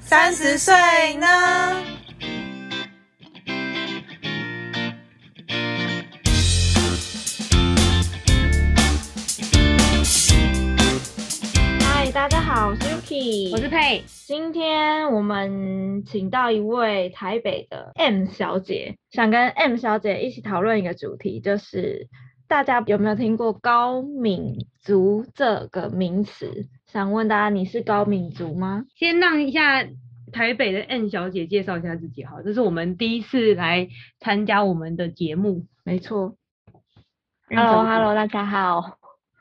三十岁呢？嗨，大家好，我是 Yuki，我是佩，今天我们请到一位台北的 M 小姐，想跟 M 小姐一起讨论一个主题，就是大家有没有听过高敏族这个名词？想问大家，你是高敏族吗？先让一下台北的 N 小姐介绍一下自己好，这是我们第一次来参加我们的节目。没错。 Hello Hello，大家好，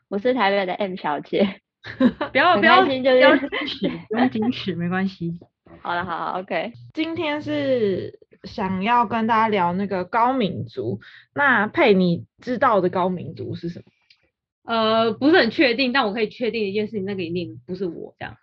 我是台北的 M 小姐。 不要很不要开心就 不要是矜持，不用矜持，没关系。好了，好好，OK。今天是想要跟大家聊那个高敏族。那佩，你知道的高敏族是什么？呃，不是很确定，但我可以确定一件事情，那个一定不是我这样。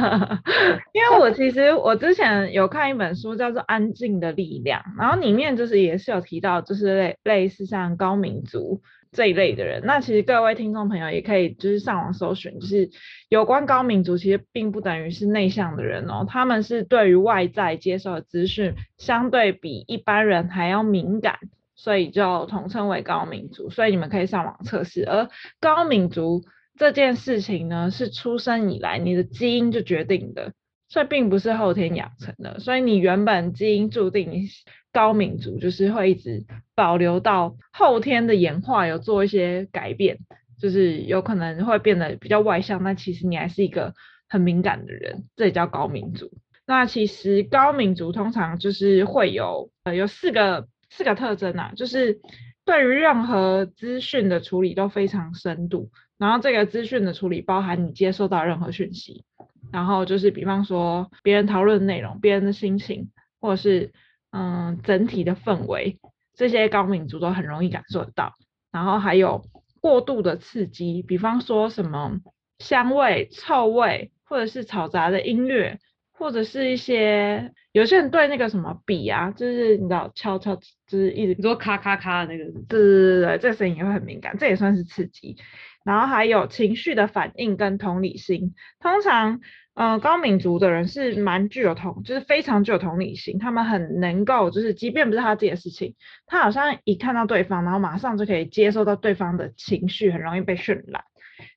因为我其实我之前有看一本书叫做《安静的力量》，然后里面就是也是有提到，就是类类似像高民族这一类的人。那其实各位听众朋友也可以就是上网搜寻，就是有关高民族，其实并不等于是内向的人哦，他们是对于外在接受的资讯相对比一般人还要敏感。所以就统称为高敏族，所以你们可以上网测试。而高敏族这件事情呢，是出生以来你的基因就决定的，所以并不是后天养成的。所以你原本基因注定你是高敏族，就是会一直保留到后天的演化有做一些改变，就是有可能会变得比较外向，但其实你还是一个很敏感的人，这也叫高敏族。那其实高敏族通常就是会有呃有四个四个特征啊，就是对于任何资讯的处理都非常深度，然后这个资讯的处理包含你接收到任何讯息，然后就是比方说别人讨论的内容、别人的心情，或者是嗯整体的氛围，这些高敏族都很容易感受得到。然后还有过度的刺激，比方说什么香味、臭味，或者是嘈杂的音乐。或者是一些有些人对那个什么笔啊，就是你知道敲敲，就是一直你说咔咔咔的那个是不是，对对对对，这个声音也会很敏感，这也算是刺激。然后还有情绪的反应跟同理心，通常，呃，高敏族的人是蛮具有同，就是非常具有同理心，他们很能够，就是即便不是他自己的事情，他好像一看到对方，然后马上就可以接受到对方的情绪，很容易被渲染。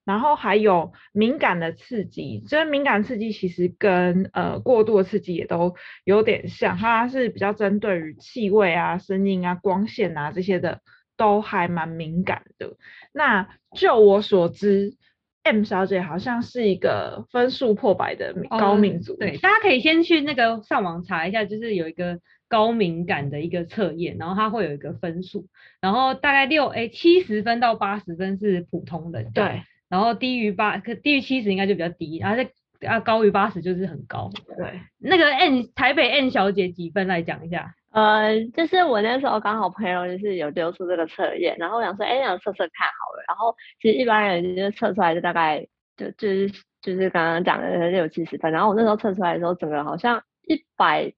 然后还有敏感的刺激，就是敏感刺激其实跟呃过度的刺激也都有点像，它是比较针对于气味啊、声音啊、光线啊这些的，都还蛮敏感的。那就我所知，M 小姐好像是一个分数破百的敏哦高敏族，对，大家可以先去那个上网查一下，就是有一个高敏感的一个测验，然后它会有一个分数，然后大概六哎七十分到八十分是普通人，对然后低于八，可低于七十应该就比较低，然后再啊高于八十就是很高。对，那个 N 台北 N 小姐几分来讲一下？呃，就是我那时候刚好朋友就是有丢出这个测验，然后我想说，哎，想测测看好了。然后其实一般人就是测出来就大概就就是就是刚刚讲的六七十分，然后我那时候测出来的时候，整个好像一百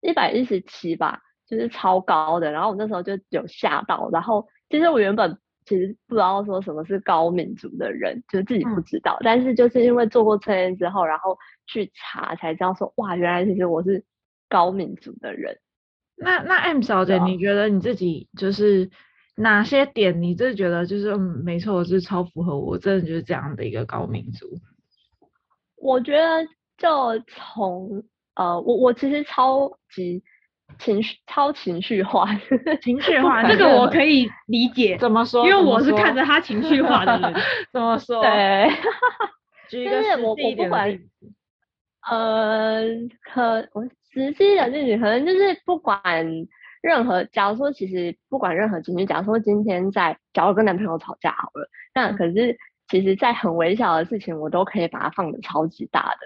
一百一十七吧，就是超高的。然后我那时候就有吓到，然后其实我原本。其实不知道说什么是高敏族的人，就是自己不嗯知道，但是就是因为做过测验之后，然后去查才知道说，哇，原来其实我是高敏族的人。那那 M 小姐，对啊你觉得你自己就是哪些点，你就是觉得就是嗯，没错，我就是超符合我，我真的就是这样的一个高民族。我觉得就从呃，我我其实超级情绪超情绪化， 情绪化，反这这个个正我我可以理解，怎么因说？为怎么我是说看着她情绪化的人。怎么说？，对， 举一就个是实我际我一点不的管例子 呃，可我实际的例子可能就是不管任何，假如说其实不管任何情绪，假如说今天在，假如跟男朋友吵架好了，那嗯可是其实，在很微小的事情，我都可以把它放的超级大的，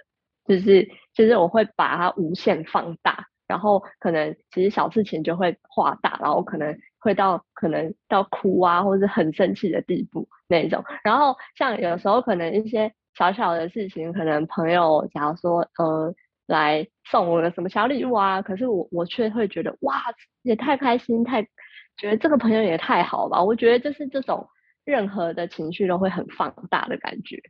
就是就是我会把它无限放大，然后可能其实小事情就会化大，然后可能会到可能到哭啊，或是很生气的地步那一种。然后像有时候可能一些小小的事情，可能朋友假如说呃来送我个什么小礼物啊，可是我我却会觉得哇，也太开心，太觉得这个朋友也太好吧。我觉得就是这种任何的情绪都会很放大的感觉。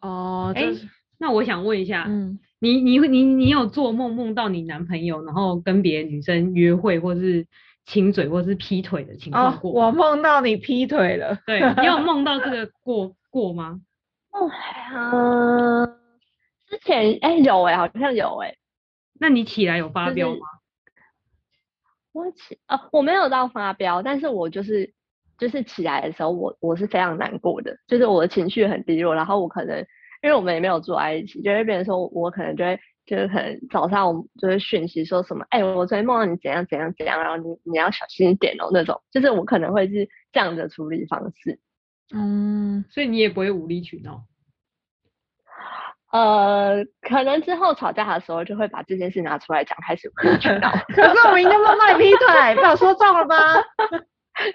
哦，哎就是那我想问一下，嗯，你你你你有做梦梦到你男朋友，然后跟别的女生约会，或是亲嘴，或是劈腿的情况哦，过吗？我梦到你劈腿了，对，你有梦到这个过过吗？嗯、之前哎、有哎、好像有哎、那你起来有发就飙是吗？我起呃我没有到发飙，但是我就是就是起来的时候我我是非常难过的，就是我的情绪很低落，然后我可能呃因为我们也没有住在一起，就会变成说我可能就会就是可能早上我们就会讯息说什么，哎、我昨天梦到你怎样怎样怎样，然后你你要小心一点哦那种，就是我可能会是这样的处理方式。嗯，所以你也不会无理取闹。呃，可能之后吵架的时候就会把这件事拿出来讲，开始无 理取闹，可是我明天梦到你劈腿，被我说中了吧？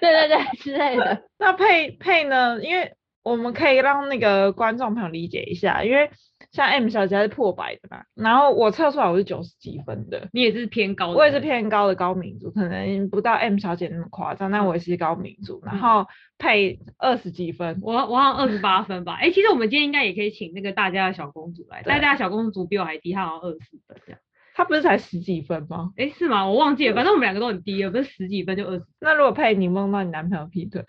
对 对对之类的。那配配呢？因为我们可以让那个观众朋友理解一下，因为像 M 小姐她是破百的嘛，然后我测出来我是九十几分的，你也是偏高的，我也是偏高的高民族，可能不到 M 小姐那么夸张，但我也是高民族。然嗯后配二十几分，我我好像二十八分吧。哎、其实我们今天应该也可以请那个大家的小公主来，对大家的小公主比我还低，她好像二十分这样。她不是才十几分吗？哎、是吗？我忘记了，反正我们两个都很低，也不是十几分就二十。那如果配你梦到你男朋友劈腿，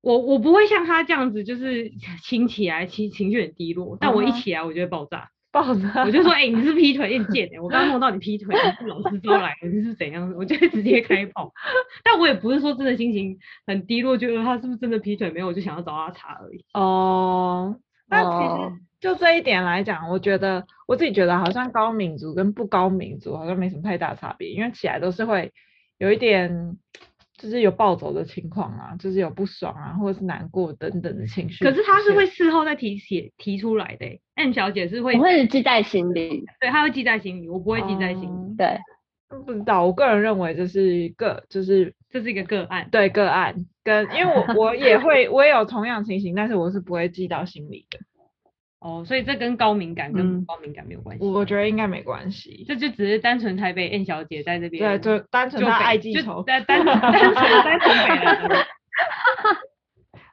我我不会像她这样子，就是 亲起来情情绪很低落，但我一嗯哼起来我就会爆炸，爆炸！ 我就说，哎、你是劈腿，你很贱哎、我刚刚梦到你劈腿，你是老师招来的，你是怎样？我就会直接开炮。但我也不是说真的心情很低落，觉得他是不是真的劈腿没有，我就想要找他茬而已。哦， 那其哦实就这一点来讲，我觉得我自己觉得好像高民族跟不高民族好像没什么太大差别，因为起来都是会有一点，就是有暴走的情况啊，就是有不爽啊，或者是难过等等的情绪出现。可是他是会事后再提写提出来的、欸、，M 小姐是会我，会记在心里，对，她会记在心里，我不会记在心里，哦对，不知道，我个人认为这是个就是这是一个个案。对个案，跟因为我我也会我也有同样情形，但是我是不会记到心里的，哦，所以这跟高敏感跟嗯不高敏感没有关系，我我觉得应该没关系。这就只是单纯台北 M 小姐在这对，边，就单纯就他北爱记就仇，单单纯单纯 单纯北来的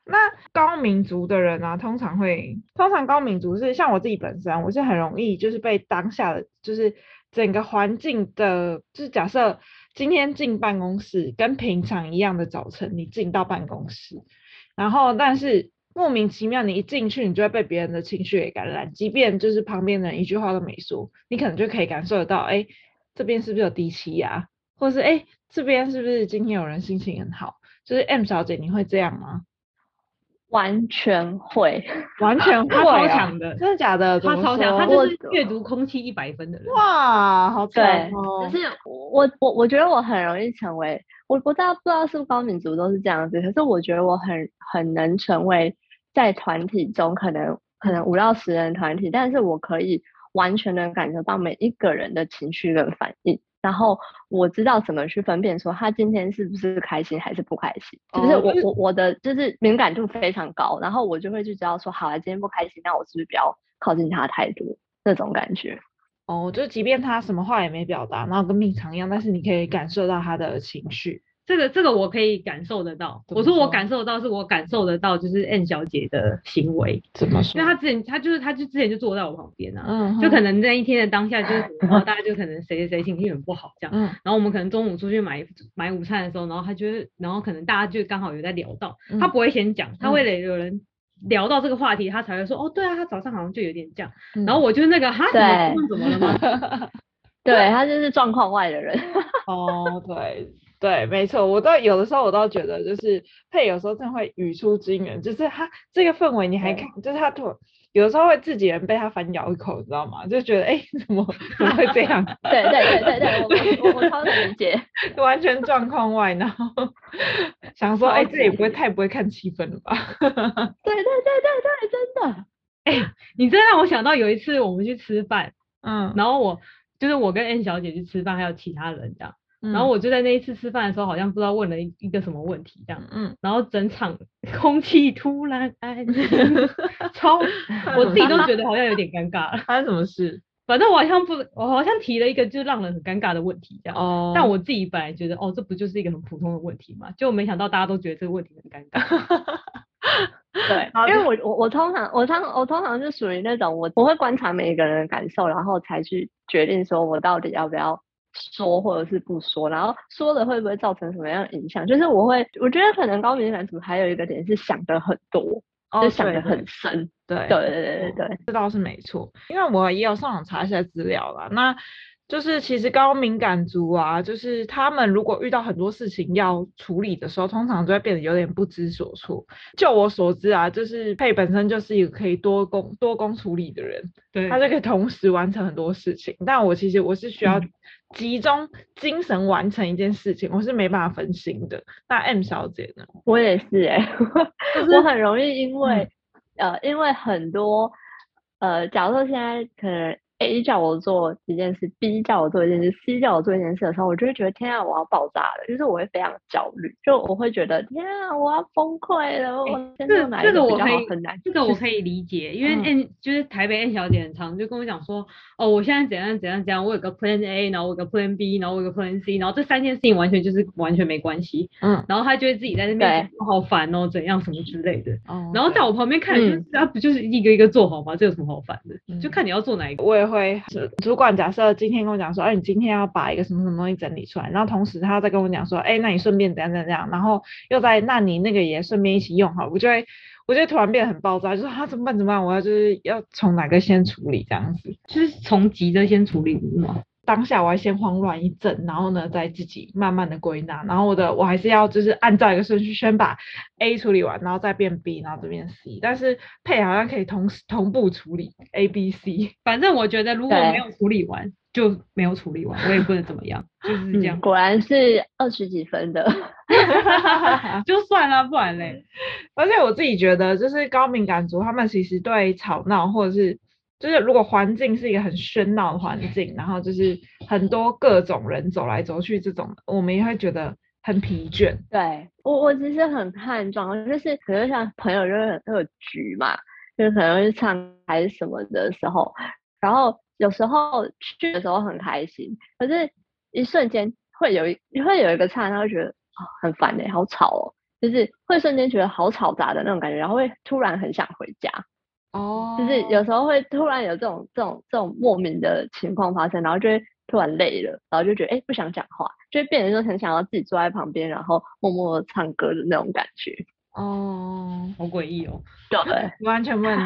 那高民族的人啊，通常会，通常高民族是像我自己本身，啊我是很容易就是被当下的就是整个环境的，就是假设今天进办公室跟平常一样的早晨，你进到办公室，然后但是莫名其妙你一进去，你就会被别人的情绪给感染，即便就是旁边的人一句话都没说，你可能就可以感受得到，哎，这边是不是有低气压，或是哎这边是不是今天有人心情很好？就是 M 小姐，你会这样吗？完全会。完全 会、她啊，超强的真的假的？她怎么超强，说她就我是阅读空气一百分的人。哇，好对强哦！就是我我我觉得我很容易成为，我不知道不知道是不是高敏族都是这样子，可是我觉得我很很能成为在团体中可能可能五到十人团体，但是我可以完全能感受到每一个人的情绪跟反应，然后我知道怎么去分辨说他今天是不是开心还是不开心，就是哦我就是我我的就是敏感度非常高，然后我就会去知道说，好啊，今天不开心，那我是不是不要靠近他太多那种感觉。哦，就即便他什么话也没表达，然后跟平常一样，但是你可以感受到他的情绪。这个这个我可以感受得到。怎我么说我说感受得到，是我感受得到，就是 N 小姐的行为，怎么因说为她之前她就是她就之前就坐在我旁边啊，嗯，就可能那一天的当下就是 什么，然后大家就可能谁谁谁情绪很不好这样。嗯然后我们可能中午出去买买午餐的时候，然后他就会，然后可能大家就刚好有在聊到，嗯他不会先讲，他嗯会得有人聊到这个话题，他才会说哦，对啊，他早上好像就有点这样。嗯，然后我就是那个哈，怎么对问怎么了吗？ 对他就是状况外的人。哦，对对，没错，我倒有的时候我倒觉得就是配有时候真的会语出惊人，就是他这个氛围你还对看，就是他突有的时候会自己人被他反咬一口，你知道吗？就觉得哎、怎么怎么会这样？ 对对对对对，我我我我超能理解。 完全状况外，然 后想说，超哎、这也不会级太不会看气氛了吧？对对对对对，真的。你这让我想到有一次我们去吃饭，嗯，然后我就是我跟 N 小姐去吃饭，还有其他人这样。然后我，我就在那一次吃饭的时候，好像不知道问了一一个什么问题这样。嗯，然后 整场空气突然安静， 超我自己都觉得好像有点尴尬了。发生什么事？反正我好像不，我好像提了一个就让人很尴尬的问题这样。哦但我自己本来觉得， 哦，这不就是一个很普通的问题嘛，就没想到大家都觉得这个问题很尴尬。对好，因为我我我通常我通我通常是属于那种我我会观察每一个人的感受，然后才去决定说我到底要不要说或者是不说，然后说了会不会造成什么样的影响？就是我会我觉得可能高敏感族还有一个点是想的很多，哦就想对哦的很对深。对对对对对对，因为我也有上网查一下资料啦，那就是其实高敏感族啊，就是他们如果遇到很多事情要处理的时候，通常就会变得有点不知所措。就我所知啊，就是佩本身就是一个可以多工多工处理的人，对，他就可以同时完成很多事情。但我其实我是需要嗯集中精神完成一件事情，我是没办法分心的。那 M 小姐呢？我也是哎、 我很容易因为、嗯呃，因为很多呃，假如说现在可能 A 叫我做一件事，B 叫我做一件事，C 叫我做一件事的时候，我就会觉得天啊，我要爆炸了，就是我会非常焦虑，就我会觉得天啊，我要崩溃了，我先这做哪这一个比我较可好以很难。这个我可以理解，因为嗯 N、就是台北 N 小姐很常就跟我讲说，哦，我现在怎样怎样怎样，我有个 Plan A，然后我有个 Plan B，然后我有个 Plan C，然后这三件事情完全就是完全没关系，嗯，然后她就会自己在那边讲说好烦哦，怎样什么之类的。哦然后在我旁边看的就是，她、不就是一个一个做好吗？这有什么好烦的？嗯就看你要做哪一个。我也会，主管假设今天跟我讲说，哎，你今天要把一个什么什么东西整理出来，然后同时他再跟我讲说，哎，那你顺便怎样怎样怎样，然后又在那你那个也顺便一起用好了，我就会，我就会突然变得很暴躁，就说啊怎么办怎么办，我要就是要从哪个先处理这样子，就是从急着先处理嘛。当下我要先慌乱一阵，然后呢再自己慢慢的归纳，然后我的我还是要就是按照一个顺序先把 A 处理完，然后再变 B，然后再变 C，但是配好像可以同时同步处理 A B C， 反正我觉得如果没对有处理完，就没有处理完，我也不能怎么样，就是这样嗯，。果然是二十几分的，就算了，不然嘞，而且我自己觉得，就是高敏感族，他们其实对吵闹或者是，就是如果环境是一个很喧闹的环境，然后就是很多各种人走来走去这种，我们也会觉得很疲倦。对我，我其实很看状况，就是可能像朋友就是会有局嘛，就是可能会去唱还是什么的时候，然后有时候去的时候很开心，可是一瞬间会有一会有一个刹那会觉得啊、很烦哎、好吵哦，就是会瞬间觉得好嘈杂的那种感觉，然后会突然很想回家，哦就是有时候会突然有这种这种这种莫名的情况发生，然后就会突然累了，然后就觉得哎、诶不想讲话，就会变成说很想要自己坐在旁边，然后默默地唱歌的那种感觉。哦，好诡异哦。 对，完全问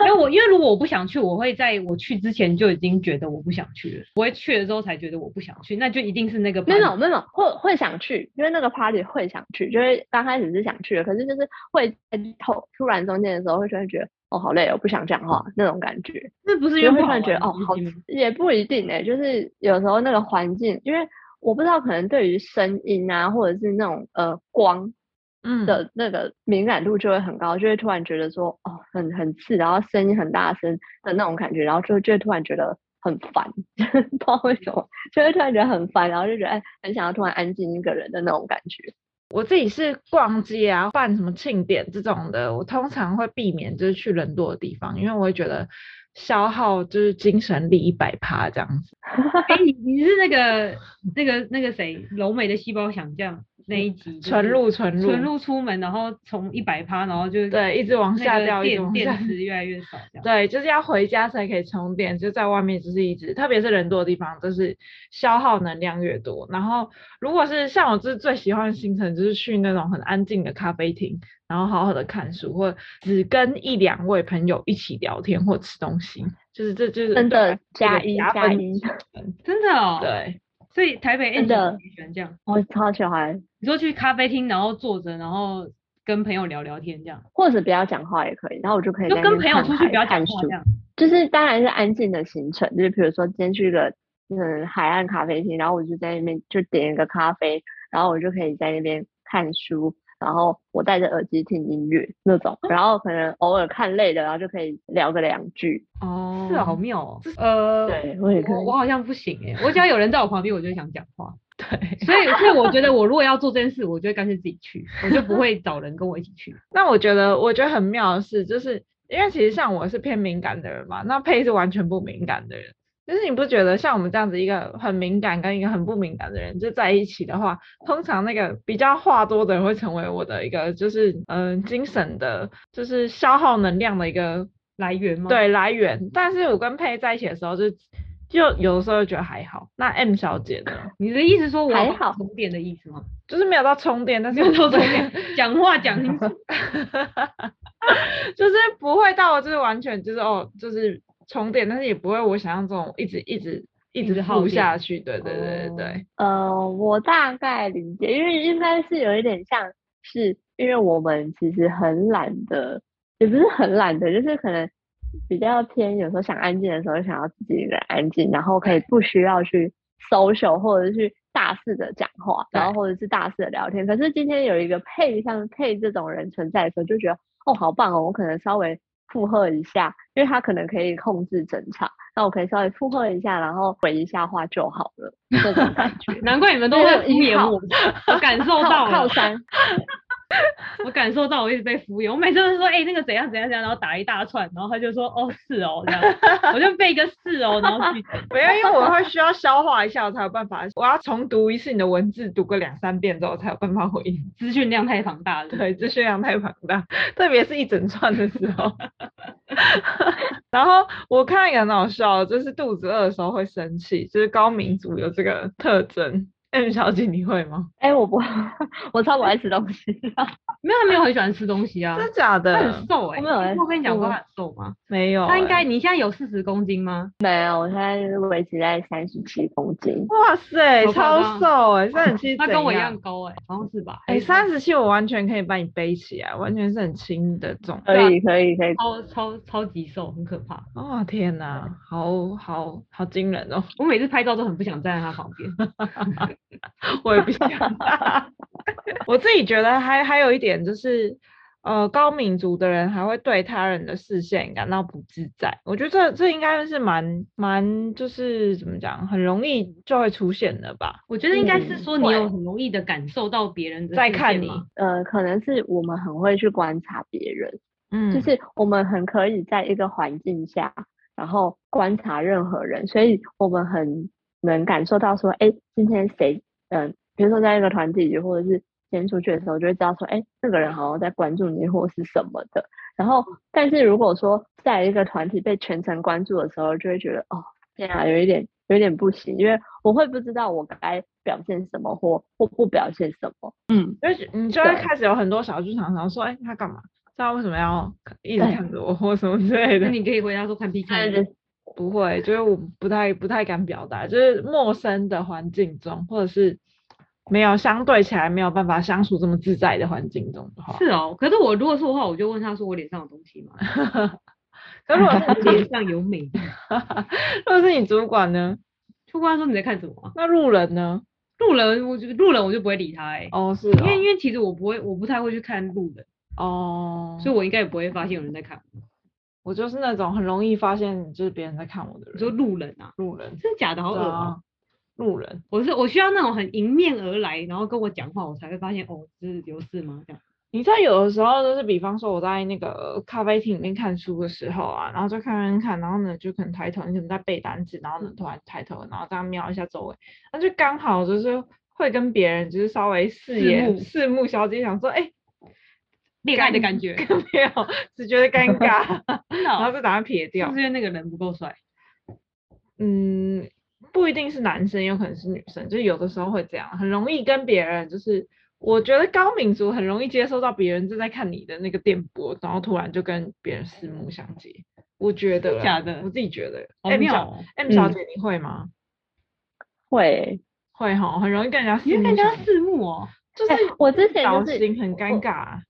因为我因为如果我不想去，我会在我去之前就已经觉得我不想去了，我会去了之后才觉得我不想去，那就一定是那个没班有没有会会想去，因为那个 party 会想去，就是刚开始是想去的，可是就是会在后突然中间的时候会突然觉得哦好累哦，不想讲话那种感觉。那不是因就为会不突好然觉得玩哦，好你刺们，也不一定哎、就是有时候那个环境，因为我不知道，可能对于声音啊，或者是那种呃光嗯的那个敏感度就会很高，就会突然觉得说哦，很很刺，然后声音很大声的那种感觉，然后就就会突然觉得很烦， 不知道为什么，就会突然觉得很烦，然后就觉得哎，很想要突然安静一个人的那种感觉。我自己是逛街啊，办什么庆典这种的，我通常会避免就是去人多的地方，因为我会觉得消耗就是精神力一百趴这样子。哎、你你是那个那个那个谁，柔美的细胞想象那一 集，嗯纯露，纯露，纯露出门，然后从一百趴，然后就对，一直往那下个掉，一直电往下电池越来越少，这样对，就是要回家才可以充电，就在外面就是一直，特别是人多的地方，就是消耗能量越多。然后如果是像我就是最喜欢的行程，就是去那种很安静的咖啡厅，然后好好的看书，或只跟一两位朋友一起聊天或吃东西，就是这就是真对我的来加说一加加分一， 真的哦。，对，所以台北 N 真的喜欢这样，我超喜欢，你说去咖啡厅，然后坐着，然后跟朋友聊聊天这样，或者不要讲话也可以，然后我就可以就在那跟朋边友看出去海不要讲看话书这样。就是当然是安静的行程，就是比如说今天去一个嗯海岸咖啡厅，然后我就在那边就点一个咖啡，然后我就可以在那边看书，然后我戴着耳机听音乐那种，然后可能偶尔看累了，然后就可以聊个两句。哦，是啊，好妙哦。呃，对，我也可我我以。好像不行哎、我只要有人在我旁边，我就会想讲 话。对。所以，所以我觉得我如果要做这件事，我就会干脆自己去，我就不会找人跟我一 起去。那我觉得，我觉得很妙的是，就是因为其实像我是偏敏感的人嘛，那佩是完全不敏感的人，就是你不觉得像我们这样子一个很敏感跟一个很不敏感的人就在一起的话，通常那个比较话多的人会成为我的一个就是嗯、呃精神的，就是消耗能量的一个来源吗？，对来源。但是我跟佩在一起的时候就，就有的时候就觉得还好。那 M 小姐呢，你的意思说我还要好充电的意思吗？就是没有到充电，但是没有到充电。电，讲话讲清 楚。就是不会到就是完全就是哦，就是充电，但是也不会我想象中一直一直一一直直耗付电下去。对对对对哦对，呃，我大概理解，因为应该是有一点像是，因为我们其实很懒的，也不是很懒的，就是可能比较偏，有时候想安静的时候想要自己一个人安静，然后可以不需要去 social 或者是去大肆的讲话，然后或者是大肆的聊天。可是今天有一个配像配这种人存在的时候，就觉得哦，好棒哦，我可能稍微附和一下，因为他可能可以控制整场，那我可以稍微附和一下，然后回一下话就好了，这种感觉。难怪你们都会对敷依衍靠我，我感受到 靠靠了，山，我感受到我一直被敷衍。我每次都说，哎、那个怎样怎样怎样，然后打一大串，然后他就说，哦，是哦，这样， 我就背一个是哦，然后拒绝。没有，因为我会需要消化一下，我才有办法，我要重读一次你的文字，读个两三遍之后我才有办法回应。资讯量太庞大了。对，资讯量太庞大，特别是一整串的时候。 然后我看也很好笑，就是肚子饿的时候会生气，就是高民族有这个特征。M 小姐，你会吗？哎、我不， 我超不爱吃东西的， 没有，他没有很喜欢吃东西啊。真假他的很？瘦哎、我没有欸，欸我跟你讲过我他很瘦吗？ 没有欸、他应该，你现在有四十公斤吗？没有，我现在就是维持在三十七公斤，哇塞，好夸超张瘦哎、欸，三十 七，他跟我一样。高哎、欸，好像是吧？哎、三十七我完全可以把你背起来，完全是很轻的重。可对啊以可以可以，超超超级瘦，很可怕。哦天哪，好好好惊人哦！我每次拍照都很不想站在他旁 边。我也不想。 我自己觉得还还有一点就是，呃，高敏族的人还会对他人的视线感到不自在。我觉得这这应该是蛮蛮就是怎么讲，很容易就会出现的吧。我觉得应该是嗯说你有会很容易的感受到别人的在视看线你吗呃，可能是我们很会去观察别人，嗯，就是我们很可以在一个环境下，然后观察任何人，所以我们很能感受到说，哎，今天谁，嗯、比如说在一个团体里，或者是今天出去的时候，就会知道说，哎，那个人好像在关注你，或是什么的。然后，但是如果说在一个团体被全程关注的时候，就会觉得，哦，天啊，有一点，有一点不行，因为我会不知道我该表现什么或或不表现什么。嗯，就是你就会对开始有很多小剧场，想说，哎、他干嘛？他为什么要一直对看着我或什么之类的那？你可以回答说看 P 看哎但你。是不会，就是我不太不太敢表达，就是陌生的环境中，或者是没有相对起来没有办法相处这么自在的环境中的话，是哦，可是我如果是我的话，我就问他说我脸上有东西吗？可如果是我 脸上有美丽，如果是你主管呢？就问他说你在看什么啊、那路人呢？路人我就路人我就不会理他哎、哦，是因哦为因为其实我不会，我不太会去看路人，哦，所以我应该也不会发现有人在看我。我就是那种很容易发现就是别人在看我的你说人，路人啊，路人，真的假的好恶对哦、啊，路人。我是我需要那种很迎面而来，然后跟我讲话，我才会发现哦，这是有事吗？这样你知道有的时候就是，比方说我在那个咖啡厅里面看书的时候啊，然后就看看看，然后呢就可能抬头，你可能在背单词，然后呢嗯突然抬头，然后这样瞄一下周围，那就刚好就是会跟别人就是稍微视四野目四目交接，想说哎，恋爱的感觉，有 没有，只觉得尴尬， 真的然后哦、就打算撇是掉不。是因为那个人不够帅？嗯，不一定是男生，有可能是女生，就是有的时候会这样，很容易跟别人就是。我觉得高敏族很容易接收到别人正在看你的那个电波，然后突然就跟别人四目相接。我觉得啦假的我自己觉得。好 M 妙小哦、 M 小嗯姐，你会吗？会，会哈，很容易跟人家四你会目跟人家相接，四目哦，就哎是我之前小就是心很尴我尬啊。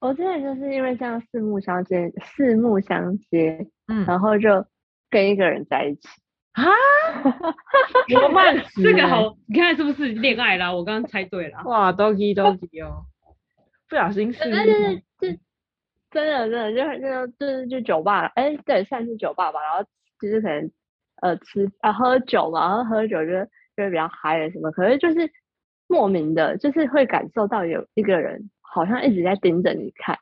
我之前就是因为这样四目相接，四目相接，嗯，然后就跟一个人在一起。罗曼史这个欸好，你看是不是恋爱啦？我刚刚猜对了啊，哇，doggy doggy 哦，不小心四对目对对相对，就真的真的就是就是就是去酒吧，哎，对，算是酒吧吧。然后就是可能呃吃啊喝酒嘛，然后喝酒就就会比较嗨啊了什么。可是就是莫名的，就是会感受到有一个人好像一直在盯着你看。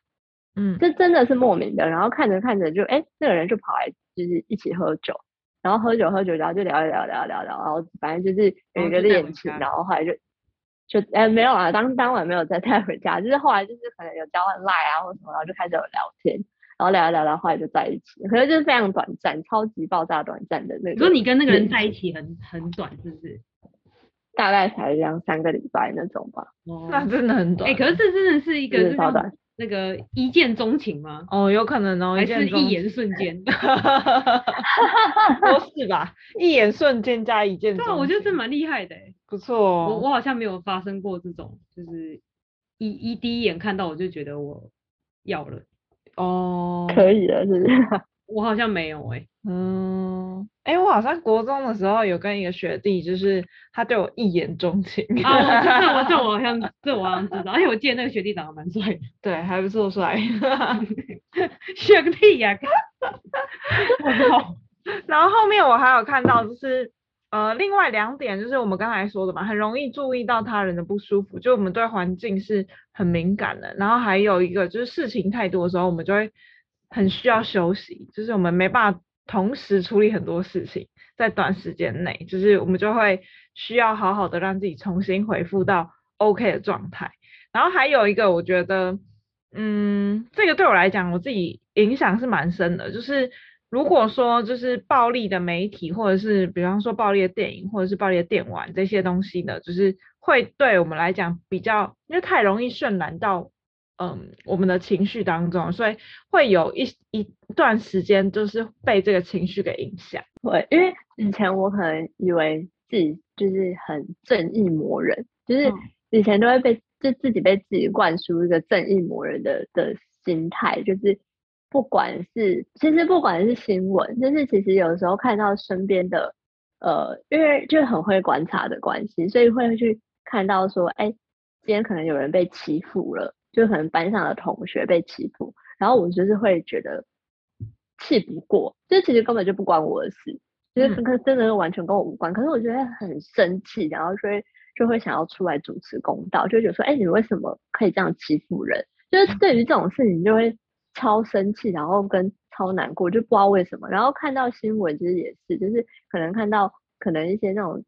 嗯，这真的是莫名的。然后看着看着就，哎，那个人就跑来就是一起喝酒，然后喝酒喝酒，然后就聊一聊聊一聊聊，然后反正就是有一然后个哦就带恋回情，家然后后来就就哎没有啊，当当晚没有再 带回家，就是后来就是可能有交换 line 啊或什么，然后就开始有聊天，然后聊一聊，然后后来就在一起，可是就是非常短暂，超级爆炸短暂的那你说种，你跟那个嗯人在一起很很短，是不是？大概才两三个礼拜那种吧，哦那真的很短。哎、可是这真的是一个就是这超叫短，那个一见钟情吗？哦，有可能哦，还见是钟一眼瞬间？都是吧， 一眼瞬间加一见 对钟啊，情。我觉得这蛮厉害的欸、不错哦。我我好像没有发生过这种，就是一一第一眼看到我就觉得我要了，哦，可以了，是不是？我好像没有哎、嗯，哎，我好像国中的时候有跟一个学弟，就是他对我一见钟情，啊，我这我这我好像这我好像知道，而且我记得那个学弟长得蛮帅的， 对，还不错帅。学个屁呀、我靠， 然后后面我还有看到，就是呃，另外两点就是我们刚才说的嘛，很容易注意到他人的不舒服，就我们对环境是很敏感的。然后还有一个就是事情太多的时候，我们就会很需要休息，就是我们没办法同时处理很多事情，在短时间内，就是我们就会需要好好的让自己重新恢复到 OK 的状态。然后还有一个，我觉得，嗯，这个对我来讲，我自己影响是蛮深的。就是如果说就是暴力的媒体，或者是比方说暴力的电影，或者是暴力的电玩这些东西呢，就是会对我们来讲比较，因为太容易渲染到。嗯，我们的情绪当中，所以会有一一段时间，就是被这个情绪给影响。会，因为以前我可能以为自己就是很正义魔人，就是嗯以前都会被就自己被自己灌输一个正义魔人的的心态，就是不管是其实不管是新闻，就是其实有时候看到身边的呃，因为就很会观察的关系，所以会去看到说，哎，今天可能有人被欺负了，就可能班上的同学被欺负，然后我就是会觉得气不过，这其实根本就不关我的事，就是嗯跟真的完全跟我无关。可是我觉得很生气，然后就会就会想要出来主持公道，就会觉得说，哎，你为什么可以这样欺负人？就是对于这种事情就会超生气，然后跟超难过，就不知道为什么。然后看到新闻其实也是，就是可能看到可能一些那种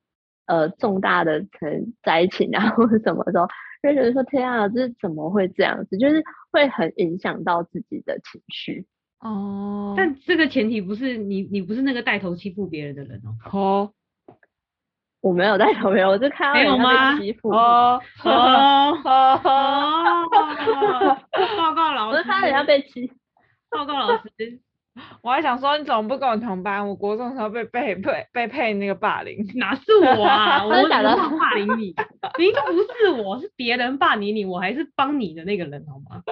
呃重大的可能灾情啊或者什么的时候，就会觉得说天啊，这怎么会这样子？就是会很影响到自己的情绪。哦但 但这个前提不是你你不是那个带头欺负别人的人哦。哦我没有在旁边，我就看到没有人家吗被欺负，哦哦哦，哦，报告老我师，就看到人家被欺负。报告老师，我还想说，你怎么不跟我同班？我国中的时候被被被被配那个霸凌， 哪是我啊？我真的怎假么的会霸凌你？明明就不是我，是别人霸凌你，我还是帮你的那个人，好吗？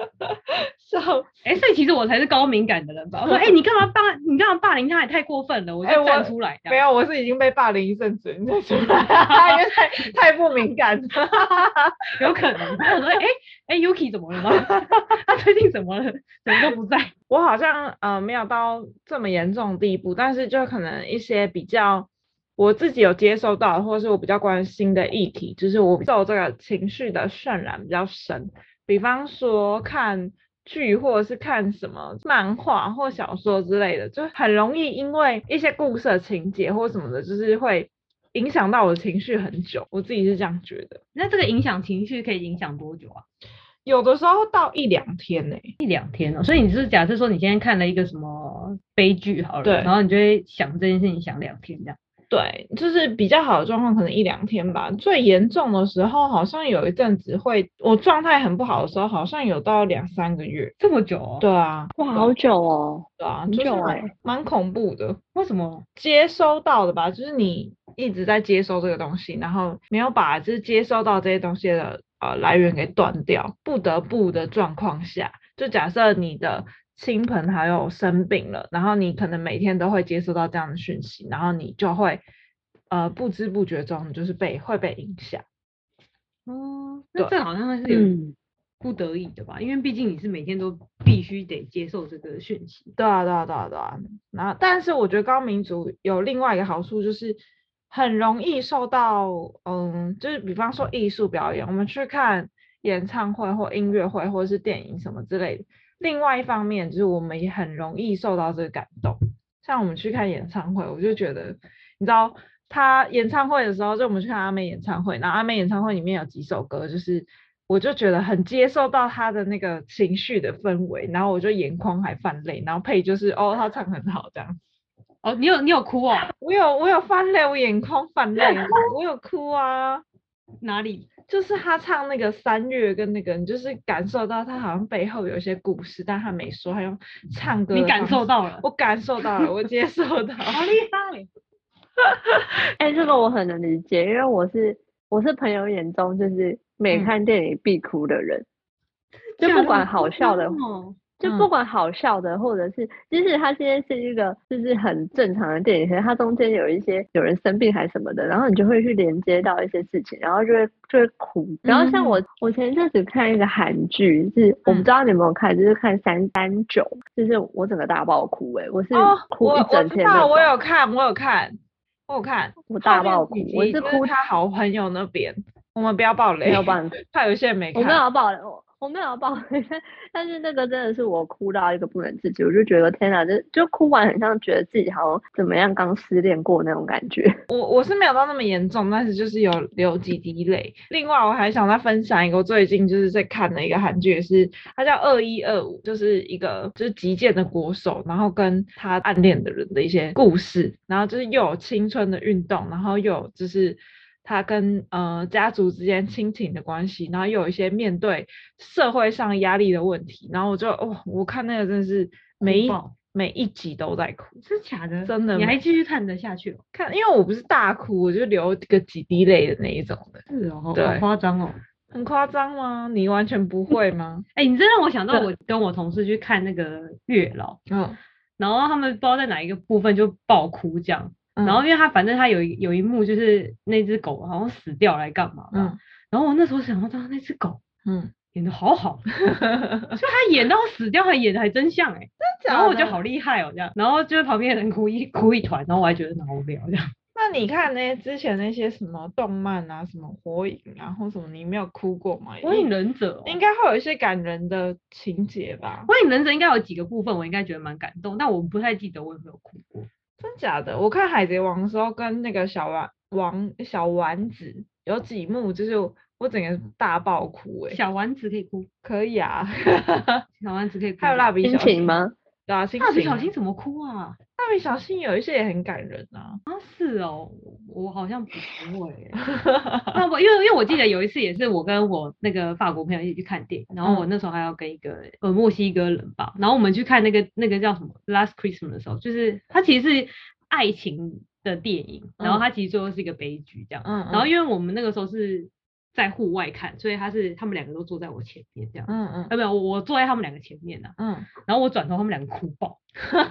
笑死！哎、所以其实我才是高敏感的人吧？我说，哎、你干嘛霸？你干嘛霸凌他？也太过分了！我哎就我站出来、这没样有，我是已经被霸凌一阵子，你再出来，因为太太不敏感了。 有可能。 我说，哎、哎、y u k i 怎么了吗？ 他最近怎么了？怎么都不在？我好像呃没有到这么严重的地步，但是就可能一些比较我自己有接受到，或者是我比较关心的议题，就是我受这个情绪的渲染比较深。比方说看剧或者是看什么漫画或小说之类的，就很容易因为一些故事的情节或什么的，就是会影响到我的情绪很久。我自己是这样觉得，那这个影响情绪可以影响多久啊？有的时候到一两天欸呢、一两天哦。所以你是假设说你今天看了一个什么悲剧好了，对然后你就会想这件事情想两天这样。对，就是比较好的状况，可能一两天吧。最严重的时候，好像有一阵子会，我状态很不好的时候，好像有到两三个月。这么久、哦？对啊，哇，好久哦！对啊，很就是久蛮欸蛮恐怖的，为什么？接收到的吧，就是你一直在接收这个东西，然后没有把就是接收到这些东西的呃来源给断掉，不得不的状况下，就假设你的亲朋好友生病了，然后你可能每天都会接收到这样的讯息，然后你就会呃不知不觉中你就是被会被影响。哦，那对这好像是有嗯，不得已的吧，因为毕竟你是每天都必须得接受这个讯息。对啊，对啊，对啊，对啊。然后，但是我觉得高民族有另外一个好处，就是很容易受到，嗯，就是比方说艺术表演，我们去看演唱会或音乐会或者是电影什么之类的。另外一方面，就是我们也很容易受到这个感动，像我们去看演唱会，我就觉得，你知道他演唱会的时候，就我们去看阿妹演唱会，然后阿妹演唱会里面有几首歌，就是我就觉得很接受到他的那个情绪的氛围，然后我就眼眶还泛泪，然后配就是哦，他唱很好这样。哦，你有你有哭哦？我有我有翻泪，我眼眶泛泪啊，我有哭啊。哪里？就是他唱那个三月跟那个，你就是感受到他好像背后有一些故事，但他没说，他用唱歌。你感受？到 了？我感受到了，我接受到好厉害！哎、这个我很能理解，因为我是我是朋友眼中就是每嗯看电影必哭的人，就假不的管好笑的夸张哦就嗯不管好笑的，或者是即使它现在是一个就是很正常的电影，可是它中间有一些有人生病还什么的，然后你就会去连接到一些事情，然后就会就会哭。然后像我，我前一阵子看一个韩剧，是我不嗯知道你有没有看，就是看三三九，就是我整个大爆哭、欸，我是哦，哭我一我整知天那道，种，我有看，我有看，我有看。我后大面爆几哭，我集是就 哭他好朋友那边，我们不要爆雷，没有办法。怕有些人没我没有看。要爆雷，我我没有要爆雷，但但是那个真的是我哭到一个不能自己，我就觉得天哪，就就哭完很像觉得自己好像怎么样刚失恋过那种感觉。我我是没有到那么严重，但是就是有流几滴泪。另外，我还想再分享一个，我最近就是在看的一个韩剧，也是它叫《二一二五》，就是一个就是击剑的国手，然后跟他暗恋的人的一些故事，然后就是又有青春的运动，然后又有就是他跟呃家族之间亲情的关系，然后又有一些面对社会上压力的问题，然后我就哦，我看那个真的是每一爆每一集都在哭，真假的？真的你吗还继续看得下去哦？看，因为我不是大哭，我就流个几滴泪的那一种的，是哦，好对夸张哦。很夸张吗？你完全不会吗？ 哎、你这让我想到我跟我同事去看那个月老，嗯，然后他们不知道在哪一个部分就爆哭这嗯样。然后因为他反正他有一有一幕就是那只狗好像死掉来干嘛吧，嗯然后我那时候想到，他那只狗嗯，演的好好， 就他演到死掉还演的还真像哎、然后我就假的。好厉害哦这样，然后就是旁边的人哭一哭一团，然后我还觉得很好无聊这样。那你看那些之前那些什么动漫啊，什么火影啊，或什么，你没有哭过吗？火影应忍者、哦，应该会有一些感人的情节吧？火影忍者应该有几个部分我应该觉得蛮感动，但我不太记得我有没有哭过。真假的？我看《海贼王》的时候，跟那个小丸王小丸子有几幕，就是我整个大爆哭哎、小丸子可以哭，可以啊，小丸子可以哭吗。还有蜡笔心小情新？吗？对啊，心蜡笔情小啊新怎么哭啊？蜡笔小新有一些也很感人啊，啊，是哦，我好像不 会欸。那我因为因为我记得有一次也是我跟我那个法国朋友一起去看电影，然后我嗯那时候还要跟一个呃墨西哥人吧，然后我们去看那个那个叫什么《Last Christmas》的时候，就是它其实是爱情的电影，然后嗯它其实最后是一个悲剧这样。嗯，然后因为我们那个时候是在户外看，所以他是他们两个都坐在我前面这样。嗯嗯呃，没有，我我坐在他们两个前面啊，嗯，然后我转头，他们两个哭 爆，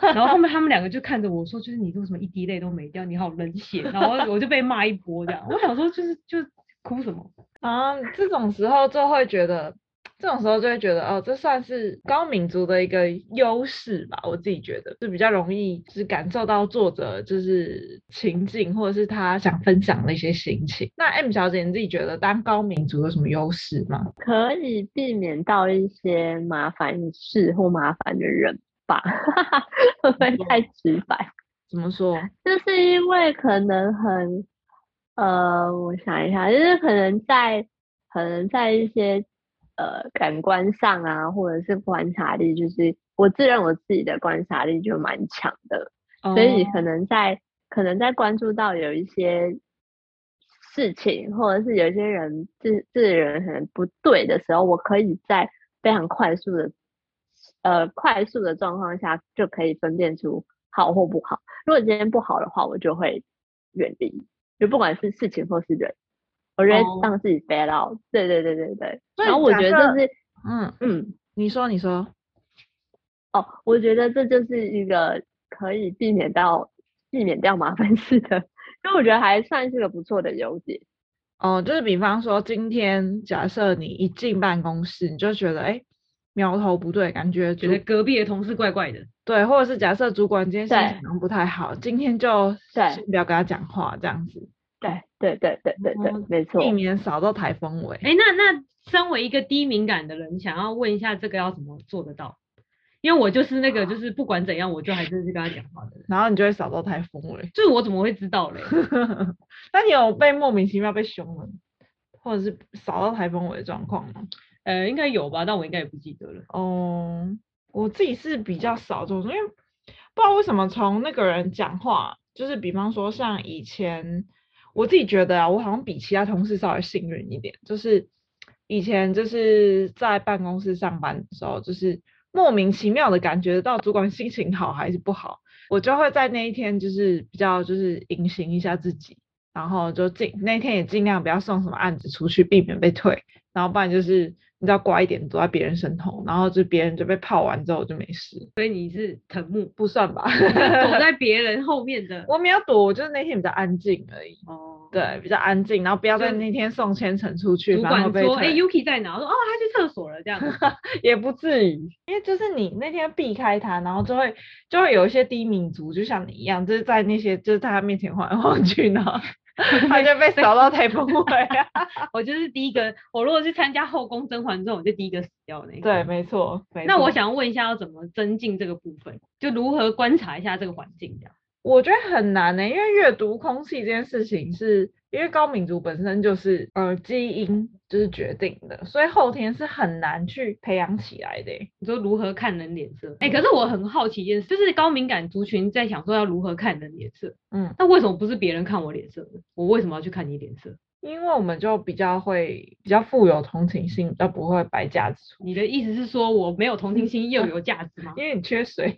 然后他们他们两个就看着我说，就是你为什么一滴泪都没掉，你好冷血，然后我就被骂一波这样。我想说就是就是哭什么？啊，这种时候就会觉得，这种时候就会觉得，哦，这算是高敏族的一个优势吧，我自己觉得是比较容易，就是感受到作者就是情境或者是他想分享的一些心情。那 M 小姐，你自己觉得当高敏族有什么优势吗？可以避免到一些麻烦事或麻烦的人吧， 会不会太直白？怎么说？就是因为可能很，呃，我想一下，就是可能在可能在一些呃感官上啊，或者是观察力，就是我自认我自己的观察力就蛮强的，哦所以你可能在可能在关注到有一些事情，或者是有一些人这这个人可能不对的时候，我可以在非常快速的呃快速的状况下就可以分辨出好或不好。如果今天不好的话，我就会远离，就不管是事情或是人，我觉得哦让自己 bail out。对对对对对。所然后以我假觉设得这是嗯，嗯。你说，你说，哦，我觉得这就是一个可以避免到避免掉麻烦事的， 因为我觉得还算是个不错的优点。哦，就是比方说，今天假设你一进办公室，你就觉得，哎，苗头不对，感觉觉主得隔壁的同事怪怪的，对，或者是假设主管今天心对情好像不太好，今天就对先不要跟他讲话，这样子，对对对对对对哦，没错。避免扫到台风尾。哎，那那身为一个低敏感的人，想要问一下这个要怎么做得到？因为我就是那个就是不管怎样，我就还是跟他讲话的人。然后你就会扫到台风尾。 就是我怎么会知道嘞？ 那你有被莫名其妙被凶了，或者是扫到台风尾的状况吗？呃，应该有吧，但我应该也不记得了。哦、我自己是比较少这种，因为不知道为什么从那个人讲话，就是比方说像以前，我自己觉得啊，我好像比其他同事稍微幸运一点，就是以前就是在办公室上班的时候，就是莫名其妙的感觉到主管心情好还是不好，我就会在那一天就是比较就是隐形一下自己。然后就尽那天也尽量不要送什么案子出去，避免被退。然后不然就是你知道乖一点，躲在别人身后，然后就别人就被泡完之后就没事，所以你是藤 木，不算吧？躲在别人后面的。我没有躲，我就是那天比较安静而已。哦，对，比较安静，然后不要在就那天送千层出去，主然后管被说：“哎、退 y u k i 在哪？”我说：“哦，他去厕所了。”这样子。也不至于，因为就是你那天避开他，然后就会就会有一些低敏族，就像你一样，就是在那些就是在他面前晃来晃去呢，然后 他就 被扫到台风尾啊。 我就是第一个，我如果是参加后宫甄嬛传，我就第一个死掉的那个。对，没错。没那我错想问一下，要怎么增进这个部分？就如何观察一下这个环境，这样。我觉得很难呢、欸因为阅读空气这件事情是，因为高敏族本身就是呃基因就是决定的，所以后天是很难去培养起来的欸、你说如何看人脸色？哎、可是我很好奇一件事，就是高敏感族群在想说要如何看人脸色，嗯，那为什么不是别人看我脸色呢？我为什么要去看你脸色？因为我们就比较会比较富有同情心，比较不会白架子出，你的意思是说我没有同情心又有价值 吗？因为你缺水。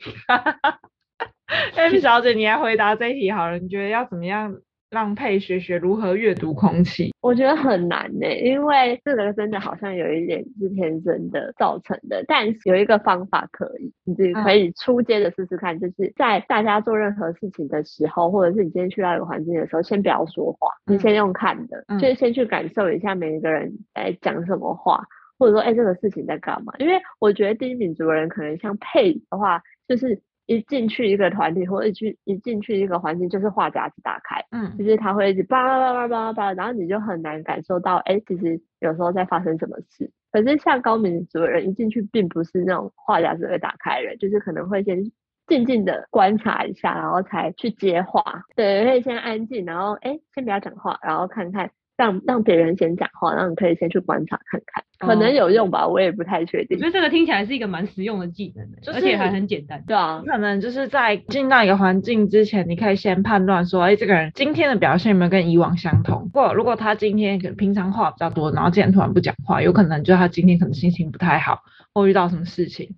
M 小姐，你来回答这一题好了，你觉得要怎么样让佩学学如何阅读空气？我觉得很难呢、因为这个真的好像有一点是天生的造成的，但是有一个方法可以，你自己可嗯以出街的试试看，就是在大家做任何事情的时候，或者是你今天去到一个环境的时候，先不要说话，你嗯先用看的，嗯就是先去感受一下每一个人在讲什么话，或者说哎、这个事情在干嘛？因为我觉得第一民族的人可能像配的话，就是一进去一个团体或者一去一进去一个环境，就是话匣子打开。嗯就是他会一直叭叭叭叭叭叭，然后你就很难感受到，哎，其实有时候在发生什么事。可是像高敏族的人一进去，并不是那种话匣子会打开的人，就是可能会先静静的观察一下，然后才去接话。对，可以先安静，然后哎，先不要讲话，然后看看。让让别人先讲话，然后你可以先去观察看看，哦可能有用吧，我也不太确我定觉。得这个听起来是一个蛮实用的技能的、就而且是还很简单。对啊，可能就是在进到一个环境之前，你可以先判断说，哎，这个人今天的表现有没有跟以往相同？如果如果他今天可能平常话比较多，然后今天突然不讲话，有可能就他今天可能心情不太好，或遇到什么事情。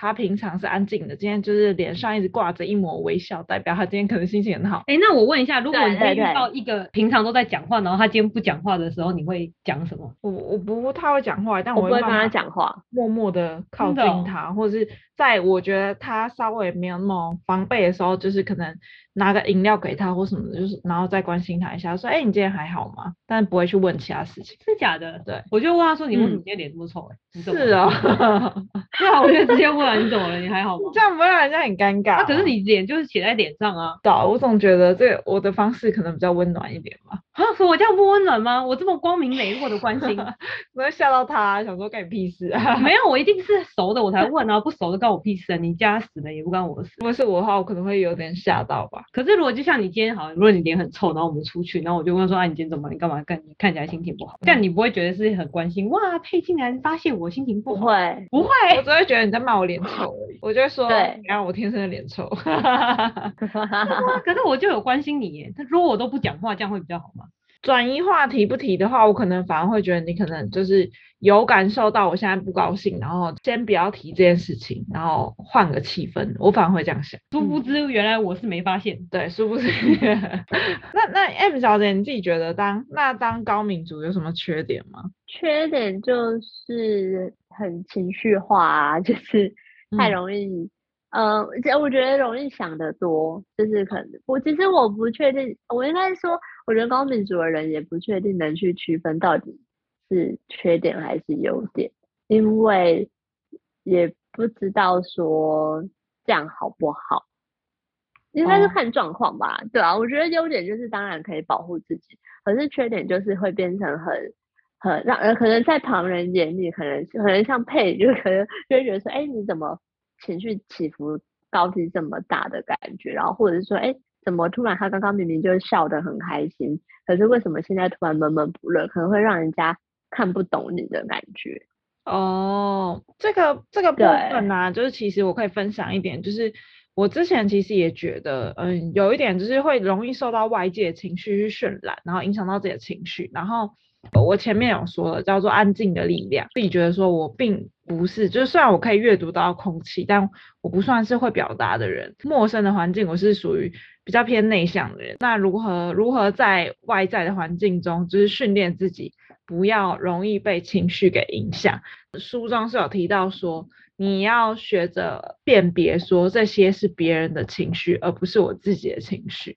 他平常是安静的，今天就是脸上一直挂着一抹微笑，代表他今天可能心情很好。哎、那我问一下，如果对你今天对遇对到一个平常都在讲话，然后他今天不讲话的时候，你会讲什么？我我不太会讲话，但我我不会会慢跟他慢讲话，默默的靠真近的哦他，或者是在我觉得他稍微没有那么防备的时候，就是可能拿个饮料给他或什么的，就是然后再关心他一下，说：“哎、你今天还好吗？”但不会去问其他事情。是假的？对，我就问他说：“你为什么嗯今天脸这么丑、欸？”你怎么是了？啊，对啊，我就直接问了：“你怎么了？你还好吗 这样不会让人家很尴 尬、？”啊，可是你脸就是写在脸上啊！找，我总觉得这个我的方式可能比较温暖一点吧，啊，所以我这样不温暖吗？我这么光明磊落的 关心，可能会吓到他，想说干你屁事啊！ 没有，我一定是熟的我才问啊，不熟的关我屁事啊！你家死了也不关我的事。如果是我的话，我可能会有点吓到吧。可是如果就像你今天好像，如果你脸很臭，然后我们出去，然后我就问说：“啊，你今天怎么了？你干嘛干？你看起来心情不好。”这样你不会觉得是很关心哇？佩竟然发现我心情不不好，会，不会，我只会觉得你在骂我脸臭而 已，我就会说，对你看我天生的脸臭。啊可是我就有关心你耶。他如果我都不讲话，这样会比较好吗？转移话题不提的话，我可能反而会觉得你可能就是有感受到我现在不高兴，然后先不要提这件事情，然后换个气氛，我反而会这样想。殊不知原来我是没发现。嗯对，是不是？ 那那 M 小姐，你自己觉得当那当高敏族有什么缺点吗？缺点就是很情绪化啊， 就是太嗯容易，嗯，这、我觉得容易想得多，就是可能我其实我不确定，我应该说，我觉得高敏族的人也不确定能去区分到底是缺点还是优点，因为也不知道说这样好不好。应该是哦看状况吧，对啊，我觉得优点就是当然可以保护自己，可是缺点就是会变成很很让呃，可能在旁人眼里，可能可能像配，就可能就会觉得说，哎，你怎么情绪起伏高低这么大的感觉，然后或者是说，哎，怎么突然他刚刚明明就是笑得很开心，可是为什么现在突然闷闷不乐，可能会让人家看不懂你的感觉。哦，这个这个部分呢、啊，就是其实我可以分享一点，就是我之前其实也觉得，嗯，有一点就是会容易受到外界情绪去渲染，然后影响到自己的情绪。然后我前面有说了，叫做安静的力量。自己觉得说我并不是，就是虽然我可以阅读到空气，但我不算是会表达的人。陌生的环境，我是属于比较偏内向的人。那如何如何在外在的环境中，就是训练自己。不要容易被情绪给影响。书中是有提到说，你要学着辨别，说这些是别人的情绪，而不是我自己的情绪。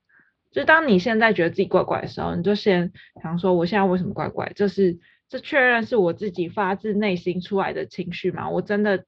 就当你现在觉得自己怪怪的时候，你就先想说，我现在为什么怪怪？这是这确认是我自己发自内心出来的情绪吗？我真的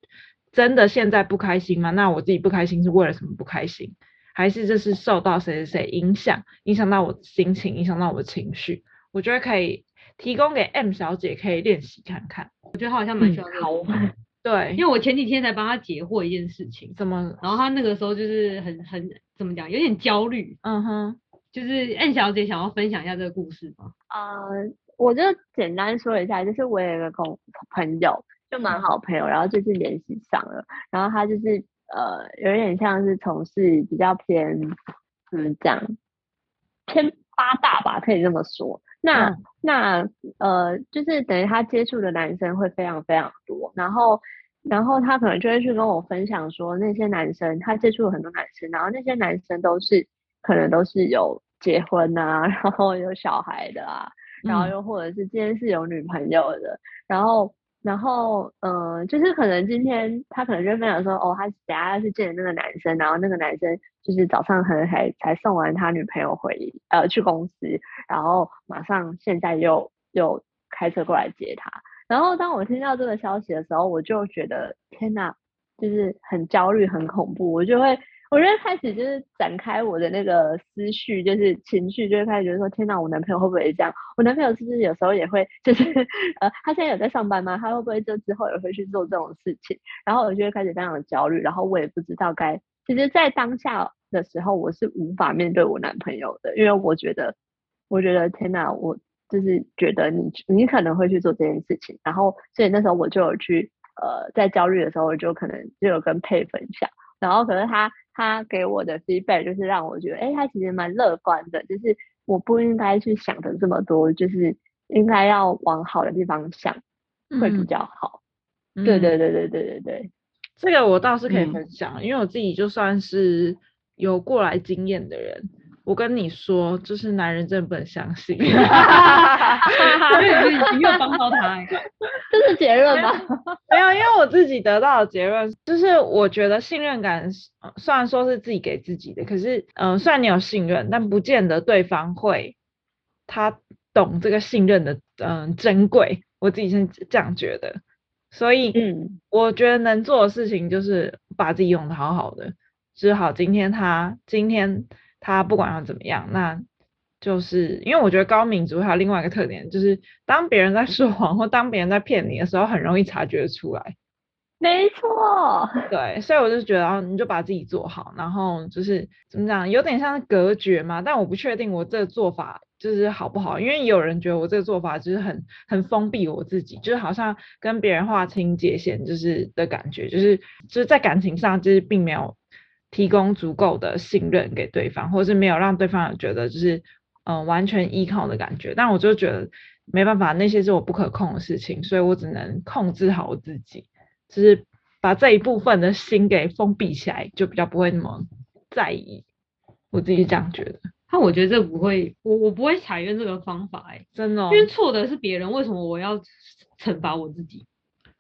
真的现在不开心吗？那我自己不开心是为了什么不开心？还是这是受到谁谁谁影响，影响到我心情，影响到我的情绪？我觉得可以。提供给 M 小姐可以练习看看，我觉得她好像蛮需要这个好东西对因，为我前几天才帮她解惑一件事情，怎么，然后她那个时候就是很很怎么讲，有点焦虑，嗯哼，就是 N 小姐想要分享一下这个故事吗？ 啊、我就简单说一下，就是我有一个同朋友，就蛮好朋友，然后最近联系上了，然后他就是呃，有点像是从事比较偏怎么讲，偏八大吧，可以这么说。那、嗯那呃，就是等于他接触的男生会非常非常多，然后然后他可能就会去跟我分享说，那些男生他接触了很多男生，然后那些男生都是可能都是有结婚啊， 然后有小孩的啊，然后嗯又或者是今天是有女朋友的，然后然后嗯、呃就是可能今天他可能就分享说，哦，他等下要去见那个男生，然后那个男生就是早上可能还才送完他女朋友回呃去公司，然后马上现在又又开车过来接他。然后当我听到这个消息的时候，我就觉得天呐，就是很焦虑、很恐怖。我就会，我就会开始就是展开我的那个思绪，就是情绪，就会开始觉得说，天呐，我男朋友会不会这样？我男朋友是不是有时候也会，就是呃，他现在有在上班吗？他会不会就之后也会去做这种事情？然后我就会开始非常的焦虑，然后我也不知道该。其实，在当下的时候，我是无法面对我男朋友的，因为我觉得，我觉得天哪，我就是觉得你你可能会去做这件事情，然后所以那时候我就有去呃，在焦虑的时候，我就可能就有跟佩分享，然后可是他他给我的 feedback 就是让我觉得，哎，他其实蛮乐观的，就是我不应该去想的这么多，就是应该要往好的地方想，会比嗯较好。嗯对对对对对对对，这个我倒是可以嗯分享，因为我自己就算是有过来经验的人，我跟你说，就是男人真的不能相信。因为你你没有帮到她、欸，这是结 论吧？没有，因为我自己得到的结论就是，我觉得信任感是呃虽然说是自己给自己的，可是，嗯、虽然你有信任，但不见得对方会他懂这个信任的，嗯、珍贵。我自己是这样觉得，所以，嗯，我觉得能做的事情就是把自己用的好好的，只好今天他今天他不管要怎么样，那就是因为我觉得高敏族还有另外一个特点，就是当别人在说谎或当别人在骗你的时候，很容易察觉出来。没错。对，所以我就觉得，啊你就把自己做好，然后就是怎么讲，有点像是隔绝嘛。但我不确定我这个做法就是好不好，因为有人觉得我这个做法就是很很封闭我自己，就是好像跟别人划清界限，就是的感觉，就是就是在感情上就是并没有提供足够的信任给对方，或者是没有让对方有觉得就是嗯、呃完全依靠的感觉。但我就觉得没办法，那些是我不可控的事情，所以我只能控制好我自己。就是把这一部分的心给封闭起来，就比较不会那么在意。我自己是这样觉得，但我觉得这不会，我我不会采用这个方法、欸，真的、哦因，为错的是别人，为什么我要惩罚我自己？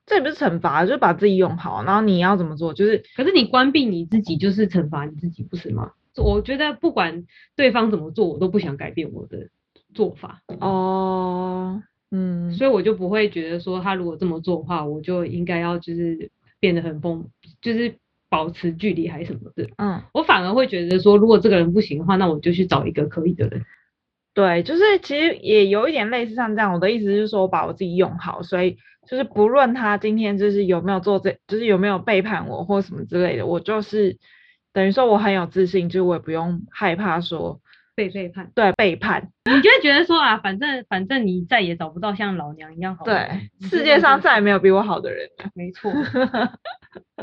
这也不是惩罚，就是把自己用好。然后你要怎么做，就是可是你关闭你自己，就是惩罚你自己，不是吗？我觉得不管对方怎么做，我都不想改变我的做法，嗯哦，嗯，所以我就不会觉得说他如果这么做的话，我就应该要就是变得很崩，就是保持距离还是什么的。嗯，我反而会觉得说，如果这个人不行的话，那我就去找一个可以的人。对，就是其实也有一点类似像这样。我的意思是说，我把我自己用好，所以就是不论他今天就是有没有做这，就是有没有背叛我或什么之类的，我就是等于说我很有自信，就是我也不用害怕说被背叛，对背叛，你就会觉得说啊，反正反正你再也找不到像老娘一样好的人对，世界上再也没有比我好的人了。没错，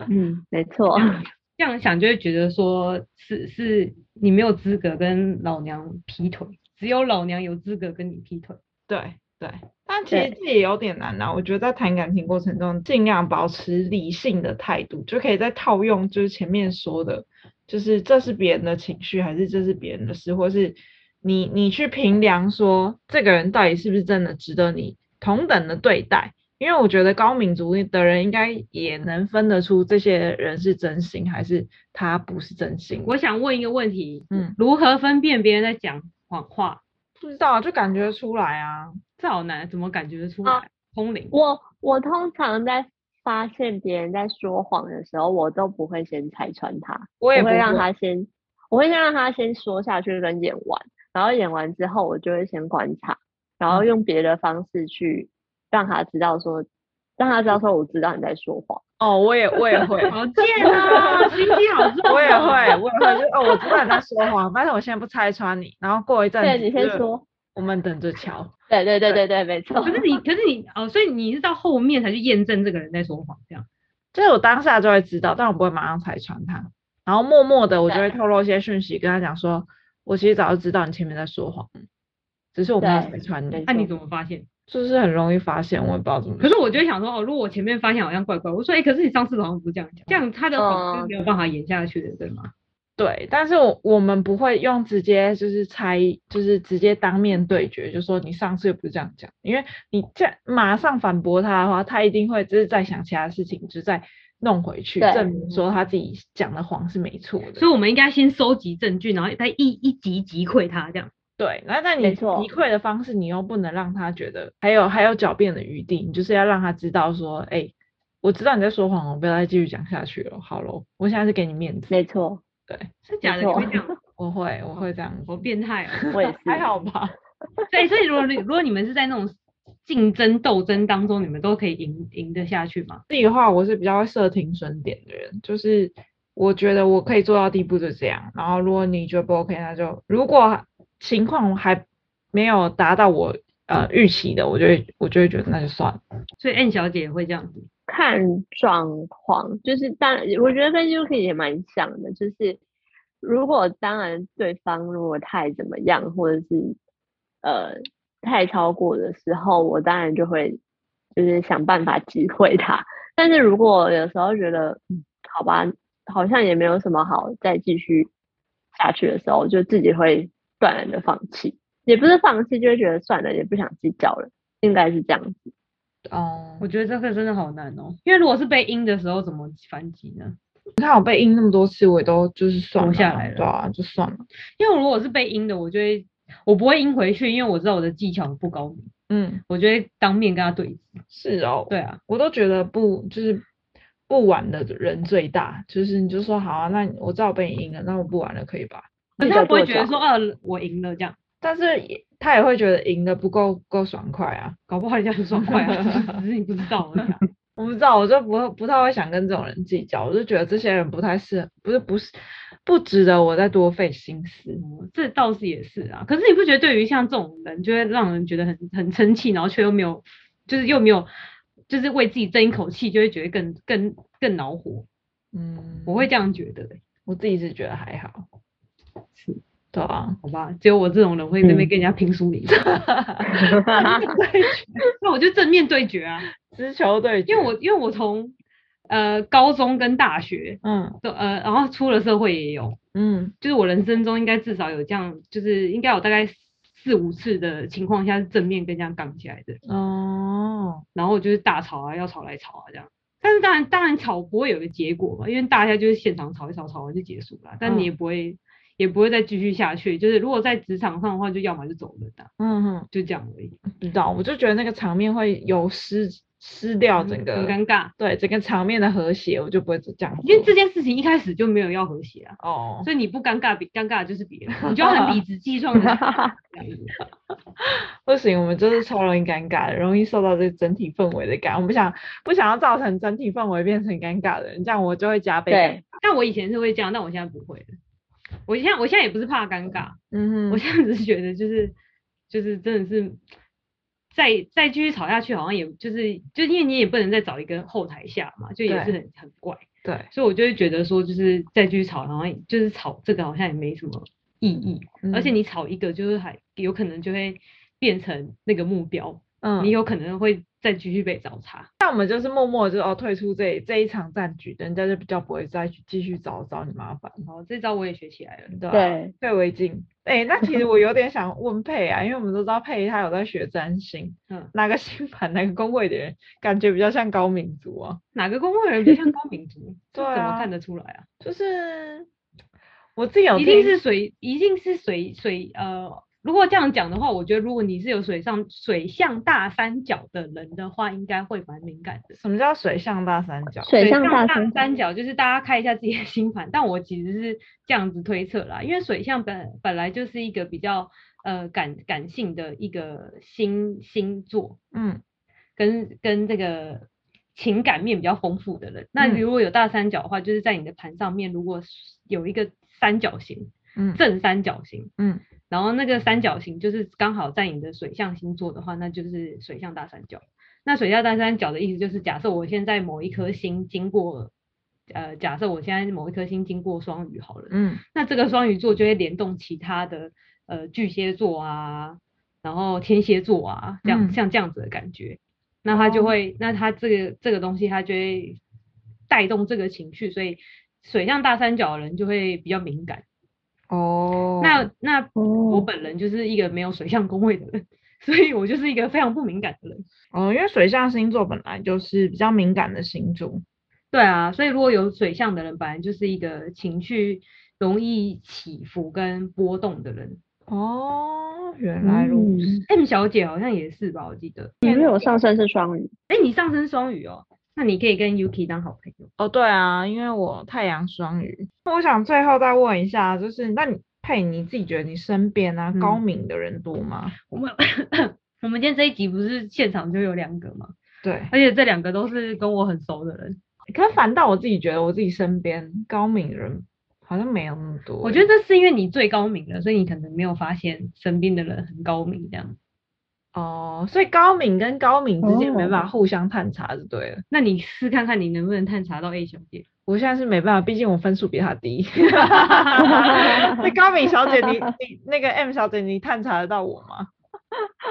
嗯，没错，这样想就会觉得说是是你没有资格跟老娘劈腿，只有老娘有资格跟你劈腿。对对，但其实对这也有点难啦。我觉得在谈感情过程中，尽量保持理性的态度，就可以再套用就是前面说的，就是这是别人的情绪，还是这是别人的事，或是你你去评量说这个人到底是不是真的值得你同等的对待。因为我觉得高敏族的人应该也能分得出这些人是真心还是他不是真心。我想问一个问题，嗯，如何分辨别人在讲谎话？不知道啊，就感觉出来啊。这好难，怎么感觉得出来？通灵，我我通常在发现别人在说谎的时候，我都不会先拆穿他，我也我不会让会 他先，我会让他先说下去跟演完，然后演完之后，我就会先观察，然后用别的方式去让他知道说，让他知道说我知道你在说谎。哦，我也我也 会。好贱啊，哦心机好重、我也会，。我也会，就是哦，我知道你在说谎，但是我现在不拆穿你，然后过一阵对子你先就，说，我们等着瞧。对对对对对对，没错可。是你，可是你哦，所以你是到后面才去验证这个人在说谎，这样就是我当下就会知道，但我不会马上拆穿他，然后默默的我就会对透露一些讯息，跟他讲说，我其实早就知道你前面在说谎，只是我没有对拆穿没你，哎那、你错怎么发现？就是很容易发现，我也不知道怎么可说。是我就会想说，哦，如果我前面发现好像怪怪，我说，哎、可是你上次好像不是这样讲，这样他的谎嗯是没有办法演下去的，对吗？对，但是我我们不会用直接就是猜，就是直接当面对决，就说你上次又不是这样讲，因为你这样马上反驳他的话，他一定会就是在想其他事情，就是再弄回去，对证明说他自己讲的谎是没错的所。以我们应该先收集证据，然后再一一集击溃他，这样。对，那但你没击错溃的方式，你又不能让他觉得还有还有狡辩的余地，你就是要让他知道说，哎、我知道你在说谎哦，我不要再继续讲下去了，好咯，我现在是给你面子。没错，对，是假的，你错会这样，我会我会这样好子，变态哦。我也是。还好吧？对，所以如果你如果你们是在那种竞争斗争当中，你们都可以赢赢得下去嘛？自己的话，我是比较会设停损点的人，就是我觉得我可以做到第一步就这样，然后如果你觉得不 OK，那就如果情况还没有达到我呃预期的，我就会我就会觉得那就算了。所以 N 小姐也会这样子。看状况，就是当然，我觉得跟 Yuki 也蛮像的，就是如果当然对方如果太怎么样，或者是呃太超过的时候，我当然就会就是想办法击溃他。但是如果有时候觉得，嗯，好吧，好像也没有什么好再继续下去的时候，就自己会断然的放弃，也不是放弃，就会觉得算了，也不想计较了，应该是这样子。 哦、我觉得这个真的好难哦，因为如果是被阴的时候，怎么反击呢？你看我被阴那么多次，我也都就是算活了下啊来了对啊，就算了。因为如果是被阴的，我就会我不会阴回去，因为我知道我的技巧不高明，嗯，我就会当面跟他对峙。是哦，对啊，我都觉得不就是不玩的人最大，就是你就说好啊，那你我知道我被你赢了，那我不玩了，可以吧？可是比他较不会多觉得角说，啊，我赢了这样，但是也他也会觉得赢的不够够爽快啊。搞不好人家很爽快啊，只 是你不知道而已啊、我不知道，我就不会不太会想跟这种人计较，我就觉得这些人不太适合，不是不是不值得我再多费心思。哦这倒是也是啊，可是你不觉得对于像这种人，就会让人觉得很很生气，然后却又没有，就是又没有，就是为自己争一口气，就会觉得更更更恼火。嗯，我会这样觉得、欸，我自己是觉得还好，是对啊，好吧？只有我这种人会在那边跟人家拼输赢，对那我就正面对决啊，直球对决，因为我因为我从呃高中跟大学嗯都呃，然后出了社会也有，嗯就是我人生中应该至少有这样，就是应该有大概四五次的情况下是正面跟人家杠起来的。哦，然后就是大吵啊，要吵来吵啊这样。但是当然，当然吵不会有个结果嘛，因为大家就是现场吵一吵，吵完就结束了。但你也不会，也不会再继续下去。就是如果在职场上的话，就要么就走人啊，嗯哼，就这样而已，不知道，我就觉得那个场面会有失失掉整嗯很个，尴尬。对整个场面的和谐，我就不会这样做。因为这件事情一开始就没有要和谐啊，哦， 所以你不尴尬，比尴尬的就是别人，你就要很理直气壮的这样子。不行，我们就是超容易尴尬的，容易受到这整体氛围的感。我们不想不想要造成整体氛围变成尴尬的人，这样我就会加倍尴尬。对，但我以前是会这样，但我现在不会了。我现在我现在也不是怕尴尬，嗯我哼，现在只是觉得就是就是真的是再再继续吵下去，好像也就是就因为你也不能再找一个后台下嘛，就也是对很很怪，对，所以我就会觉得说就是再继续吵，好像就是吵这个好像也没什么意义，而且嗯你吵一个就是还有可能就会变成那个目标，嗯，你有可能会再继续被找茬。那我们就是默默地就哦退出这这一场战局，人家就比较不会再去继续找找你麻烦，好，这招我也学起来了。对吧？对，退为进。哎、那其实我有点想问佩啊，因为我们都知道佩他有在学占星，嗯，哪个星盘哪个宫位的人感觉比较像高敏族啊？哪个公会人比较像高 敏族？这对怎么啊看得出来啊？就是我自己有一听定是水，一定是水水呃。如果这样讲的话，我觉得如果你是有水上水象大三角的人的话，应该会蛮敏感的。什么叫水象大三角？水象大大三三角就是大家看一下自己的星盘，但我其实是这样子推测啦，因为水象本本来就是一个比较呃感感性的一个星星座，嗯跟跟这个情感面比较丰富的人。那嗯如果有大三角的话，就是在你的盘上面如果是有一个三角形，嗯正三角形，嗯，然后那个三角形就是刚好在你的水象星座的话，那就是水象大三角。那水象大三角的意思就是，假设我现在某一颗星经过，呃，假设我现在某一颗星经过双鱼好了，嗯那这个双鱼座就会联动其他的呃巨蟹座啊，然后天蝎座啊，这样、嗯像这样子的感觉，那他就哦会，那他这个这个东西，他就会带动这个情绪，所以水象大三角的人就会比较敏感。哦，那那我哦，本人就是一个没有水象宫位的人，所以我就是一个非常不敏感的人。哦，因为水象星座本来就是比较敏感的星座，对啊，所以如果有水象的人，本来就是一个情绪容易起伏跟波动的人。哦，原来如此。嗯 M 小姐好像也是吧，我记得。嗯因为我上身是双鱼，哎、你上升双鱼哦，那你可以跟 Yuki 当好朋友。哦，对啊，因为我太阳双鱼。那我想最后再问一下，就是那你佩你自己觉得你身边啊、高嗯敏的人多吗？我们 我们今天这一集不是现场就有两个吗？对，而且这两个都是跟我很熟的人，可是反倒我自己觉得我自己身边高敏的人好像没有那么多欸。我觉得这是因为你最高明了，所以你可能没有发现身边的人很高明这样。哦，所以高敏跟高敏之间没办法哦互相探查就对了。那你试看看你能不能探查到 A 小姐。我现在是没办法，毕竟我分数比她 低。那高敏小姐，你你那个 M 小姐，你探查得到我吗？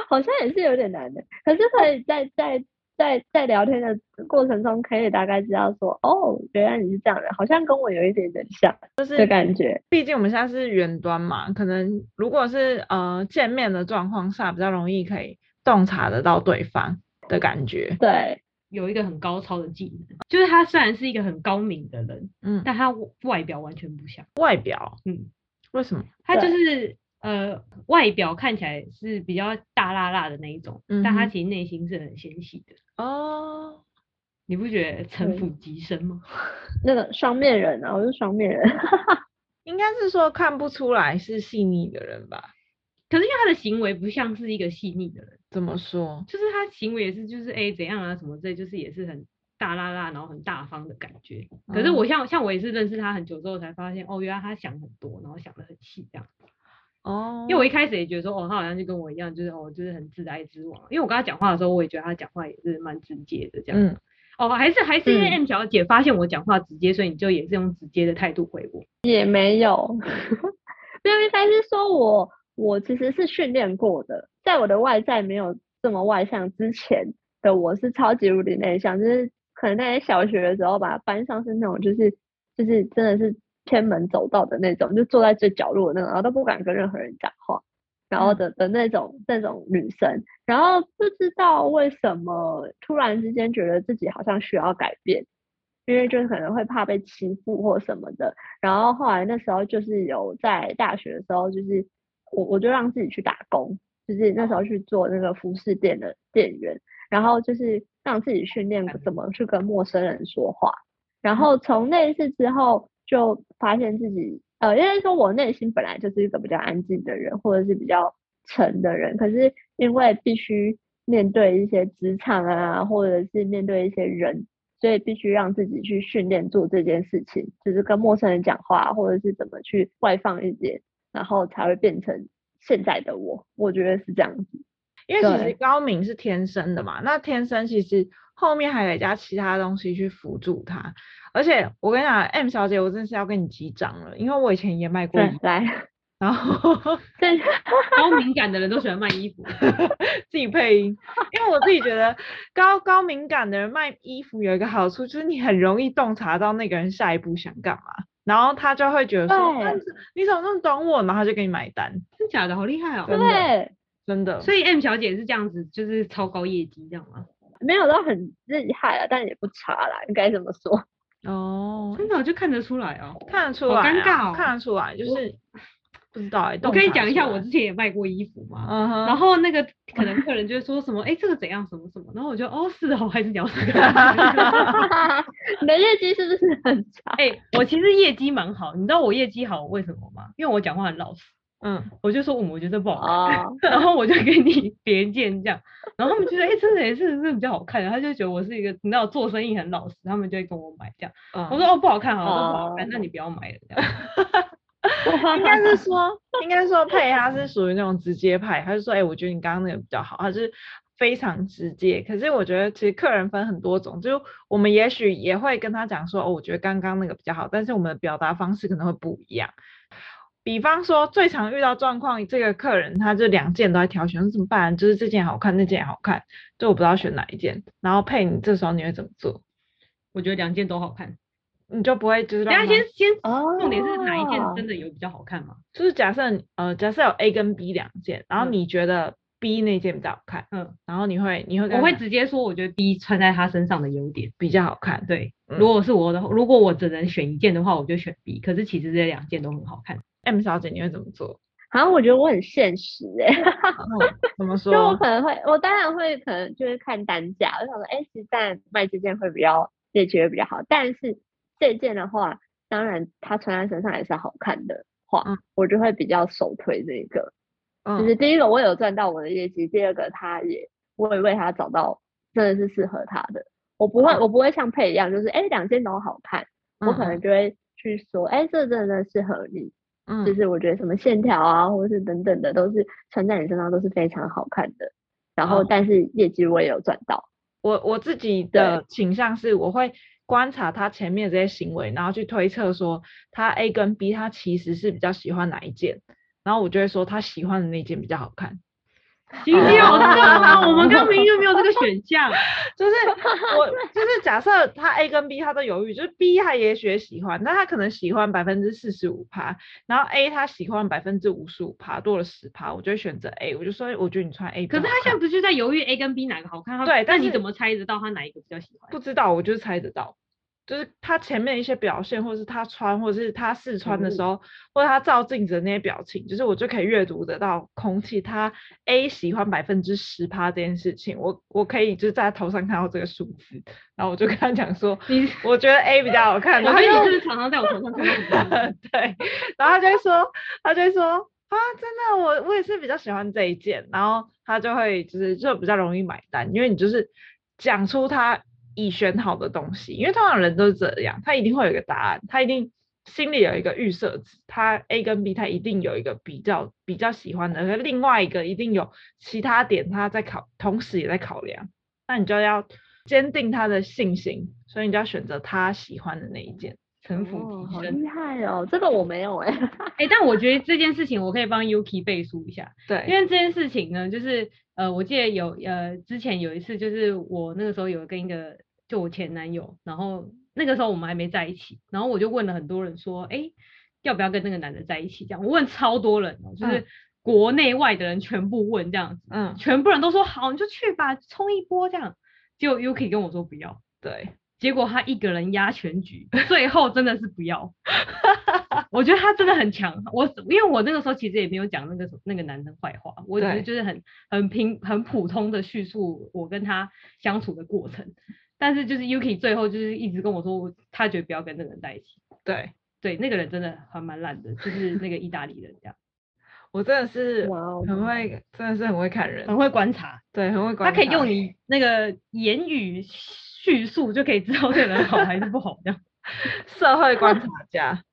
好像也是有点难的，可是可以在在在在聊天的过程中，可以大概知道说，哦，原来你是这样的，好像跟我有一点点像就是的感觉，毕竟我们现在是远端嘛，可能如果是呃见面的状况下，比较容易可以洞察得到对方的感觉。对，有一个很高超的技能，就是她虽然是一个很高明的人，嗯，但她外表完全不像。外表，嗯，为什么？他就对是呃，外表看起来是比较大辣辣的那一种，但他嗯哼其实内心是很纤细的。哦，你不觉得城对府极深吗？ 那个双面人啊，我是双面人，应该是说看不出来是细腻的人吧？可是因为他的行为不像是一个细腻的人，怎么说？就是他行为也是就是哎、怎样啊什么之类，就是也是很大辣辣，然后很大方的感觉。可嗯是我像像我也是认识他很久之后才发现，哦，原来他想很多，然后想的很细这样。哦，嗯因为我一开始也觉得说，哦，他好像就跟我一样，就是哦，就是很自来之往。因为我跟他讲话的时候，我也觉得他讲话也是蛮直接的这样。嗯，哦，还是还是因为嗯 M 小姐发现我讲话直接，所以你就也是用直接的态度回我。也没有，没有，应该是说我我其实是训练过的，在我的外在没有这么外向之前的我是超级无敌内向，就是可能在小学的时候吧，班上是那种就是就是真的是偏门走道的那种，就坐在最角落的那种，然后都不敢跟任何人讲话，然后嗯的的那种那种女生，然后不知道为什么突然之间觉得自己好像需要改变。因为就是可能会怕被欺负或什么的，然后后来那时候就是有在大学的时候，就是我我就让自己去打工，就是那时候去做那个服饰店的店员，然后就是让自己训练怎么去跟陌生人说话。然后从那一次之后，就发现自己呃，应该说我内心本来就是一个比较安静的人，或者是比较成的人，可是因为必须面对一些职场啊，或者是面对一些人，所以必须让自己去训练做这件事情，就是跟陌生人讲话，或者是怎么去外放一点，然后才会变成现在的我。我觉得是这样子。因为其对实高敏是天生的嘛，那天生其实后面还得加其他东西去辅助他。而且我跟你讲，M 小姐，我真是要跟你击掌了，因为我以前也卖过对衣，，来，然后 这高敏感的人都喜欢卖衣服，自己配音，因为我自己觉得高高敏感的人卖衣服有一个好处，就是你很容易洞察到那个人下一步想干嘛，然后他就会觉得说，啊对你怎么那么懂我，然后他就给你买单，真假的好厉害真哦。的对，真的。所以 M 小姐是这样子，就是超高业绩这样吗？没有到很厉害啊，但也不差啦，应该这么说。 哦，真的我就看得出来哦。看得出好来、啊，尴尬哦看得出来，就是不知道哎、欸，我洞可以察讲一出下，来我之前也卖过衣服嘛。嗯哼，然后那个可能客人就会说什么，哎，这个怎样，什么什么，然后我就哦，是哦，还是聊这个。你的业绩是不是很差？ 哎、我其实业绩蛮好，你知道我业绩好为什么吗？因为我讲话很老实，嗯，我就说嗯，我觉得不好看，哦，然后我就给你别见这样，然后他们觉得哎、真的也是是比较好看的，他就觉得我是一个你知道做生意很老实，他们就会跟我买这样。嗯我说哦不好看，好都不好看，那你不要买了这样。哦应该是说，应该说佩他是属于那种直接派，他就说，哎、我觉得你刚刚那个比较好，他是非常直接。可是我觉得其实客人分很多种，就我们也许也会跟他讲说，哦，我觉得刚刚那个比较好，但是我们的表达方式可能会不一样。比方说，最常遇到状况，这个客人他就两件都在挑选，那怎么办？就是这件好看，那件也好看，就我不知道选哪一件。然后佩，你这时候你会怎么做？我觉得两件都好看，你就不会就是大家让他啊先先，哦重点是哪一件真的有比较好看吗？就是假设你呃，假设有 A 跟 B 两件，然后嗯你觉得 B 那件比较好看，嗯，然后你会你会跟我他会讲直接说我觉得 B 穿在他身上的优点。比较好看，对，嗯如果是我的，如果我只能选一件的话，我就选 B。可是其实这两件都很好看。 M 小姐你会怎么 做？好像我觉得我很现实哎、然后哦怎么就我说？可能会，我当然会可能就是看单价，我想说，哎，鸡蛋卖这件会比较业绩会比较好，但是这件的话，当然它穿在身上也是好看的话，嗯我就会比较首推这个。就嗯是第一个我有赚到我的业绩，第二个他也我也为他找到真的是适合他的，我不会、我不会像配一样，就是哎两件都好看，我可嗯能就会去说，哎这真的适合你，嗯就是我觉得什么线条啊，或者是等等的，都是穿在你身上都是非常好看的。然后，哦但是业绩我也有赚到。我我自己的倾向是，我会观察他前面这些行为，然后去推测说他 A 跟 B 他其实是比较喜欢哪一件，然后我就会说他喜欢的那件比较好看。行有哦的啊，我们刚明明就没有这个选项。就是 我就是假设他 A 跟 B 他都犹豫，就是 B 他也许也喜欢，但他可能喜欢百分之四十五趴，然后 A 他喜欢百分之五十五趴，多了十趴，我就会选择 A，我就说哎我觉得你穿 A，可是他现在不是在犹豫 A 跟 B 哪个好看？他对那但你是怎么猜得到他哪一个比较喜 欢？不知道，我就是猜得到，就是他前面一些表现，或是他穿，或是他试穿嗯的时候，或者他照镜子的那些表情，就是我就可以阅读得到空气，他 A 喜欢百分之十趴这件事情，我我可以就是在他头上看到这个数字，然后我就跟他讲说，你，我觉得 A 比较好看，我然后觉他得就你是不是常常在我头上看到 你的对，然后他就会说，他就会说啊，真的，我我也是比较喜欢这一件，然后他就会就是就比较容易买单，因为你就是讲出他已选好的东西，因为通常人都是这样，他一定会有一个答案，他一定心里有一个预设值，他 A 跟 B 他一定有一个比较比较喜欢的，和另外一个一定有其他点他在考，同时也在考量，那你就要坚定他的信心，所以你就要选择他喜欢的那一件。城哦府好提升？厉害哦！这个我没有哎、哎、但我觉得这件事情我可以帮 Yuki 背书一下，对，因为这件事情呢，就是呃，我记得有呃，之前有一次，就是我那个时候有跟一个就我前男友，然后那个时候我们还没在一起，然后我就问了很多人说，哎、要不要跟那个男的在一起？这样我问超多人哦，就是嗯国内外的人全部问这样子，嗯，全部人都说好，你就去吧，冲一波这样。结果 Yuki 跟我说不要，对，结果他一个人压全局， 最后真的是不要。 我觉得他真的很强，我因为我那个时候其实也没有讲那个那个男生坏话，我只是对就是很很平很普通的叙述我跟他相处的过程，但是就是 Yuki 最后就是一直跟我说，他觉得不要跟那个人在一起，对对，那个人真的还蛮烂的，就是那个意大利人这样。我真的是 哇哦很会，真的是很会看人 很，会观察，对，很会观他察。可以用你那个言语叙述就可以知道这个人好还是不好， 这样社会观察家，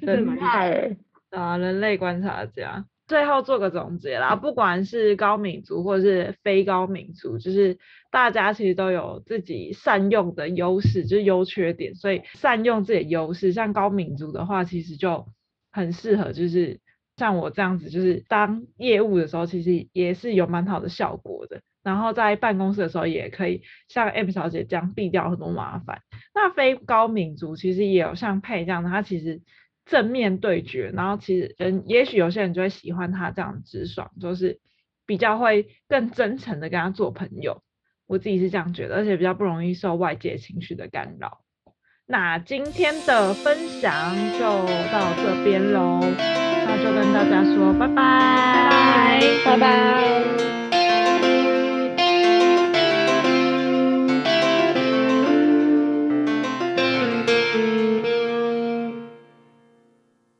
就真的蛮厉害的。哎，啊，人类观察家。最后做个总结啦，不管是高敏族或是非高敏族，就是大家其实都有自己善用的优势，就是优缺点，所以善用自己的优势。像高敏族的话，其实就很适合，就是像我这样子，就是当业务的时候，其实也是有蛮好的效果的。然后在办公室的时候，也可以像 M 小姐这样避掉很多麻烦。那非高敏族其实也有像佩这样的，他其实正面对决，然后其实人也许有些人就会喜欢他这样直爽，就是比较会更真诚的跟他做朋友。我自己是这样觉得，而且比较不容易受外界情绪的干扰。那今天的分享就到这边喽，那就跟大家说拜拜拜拜。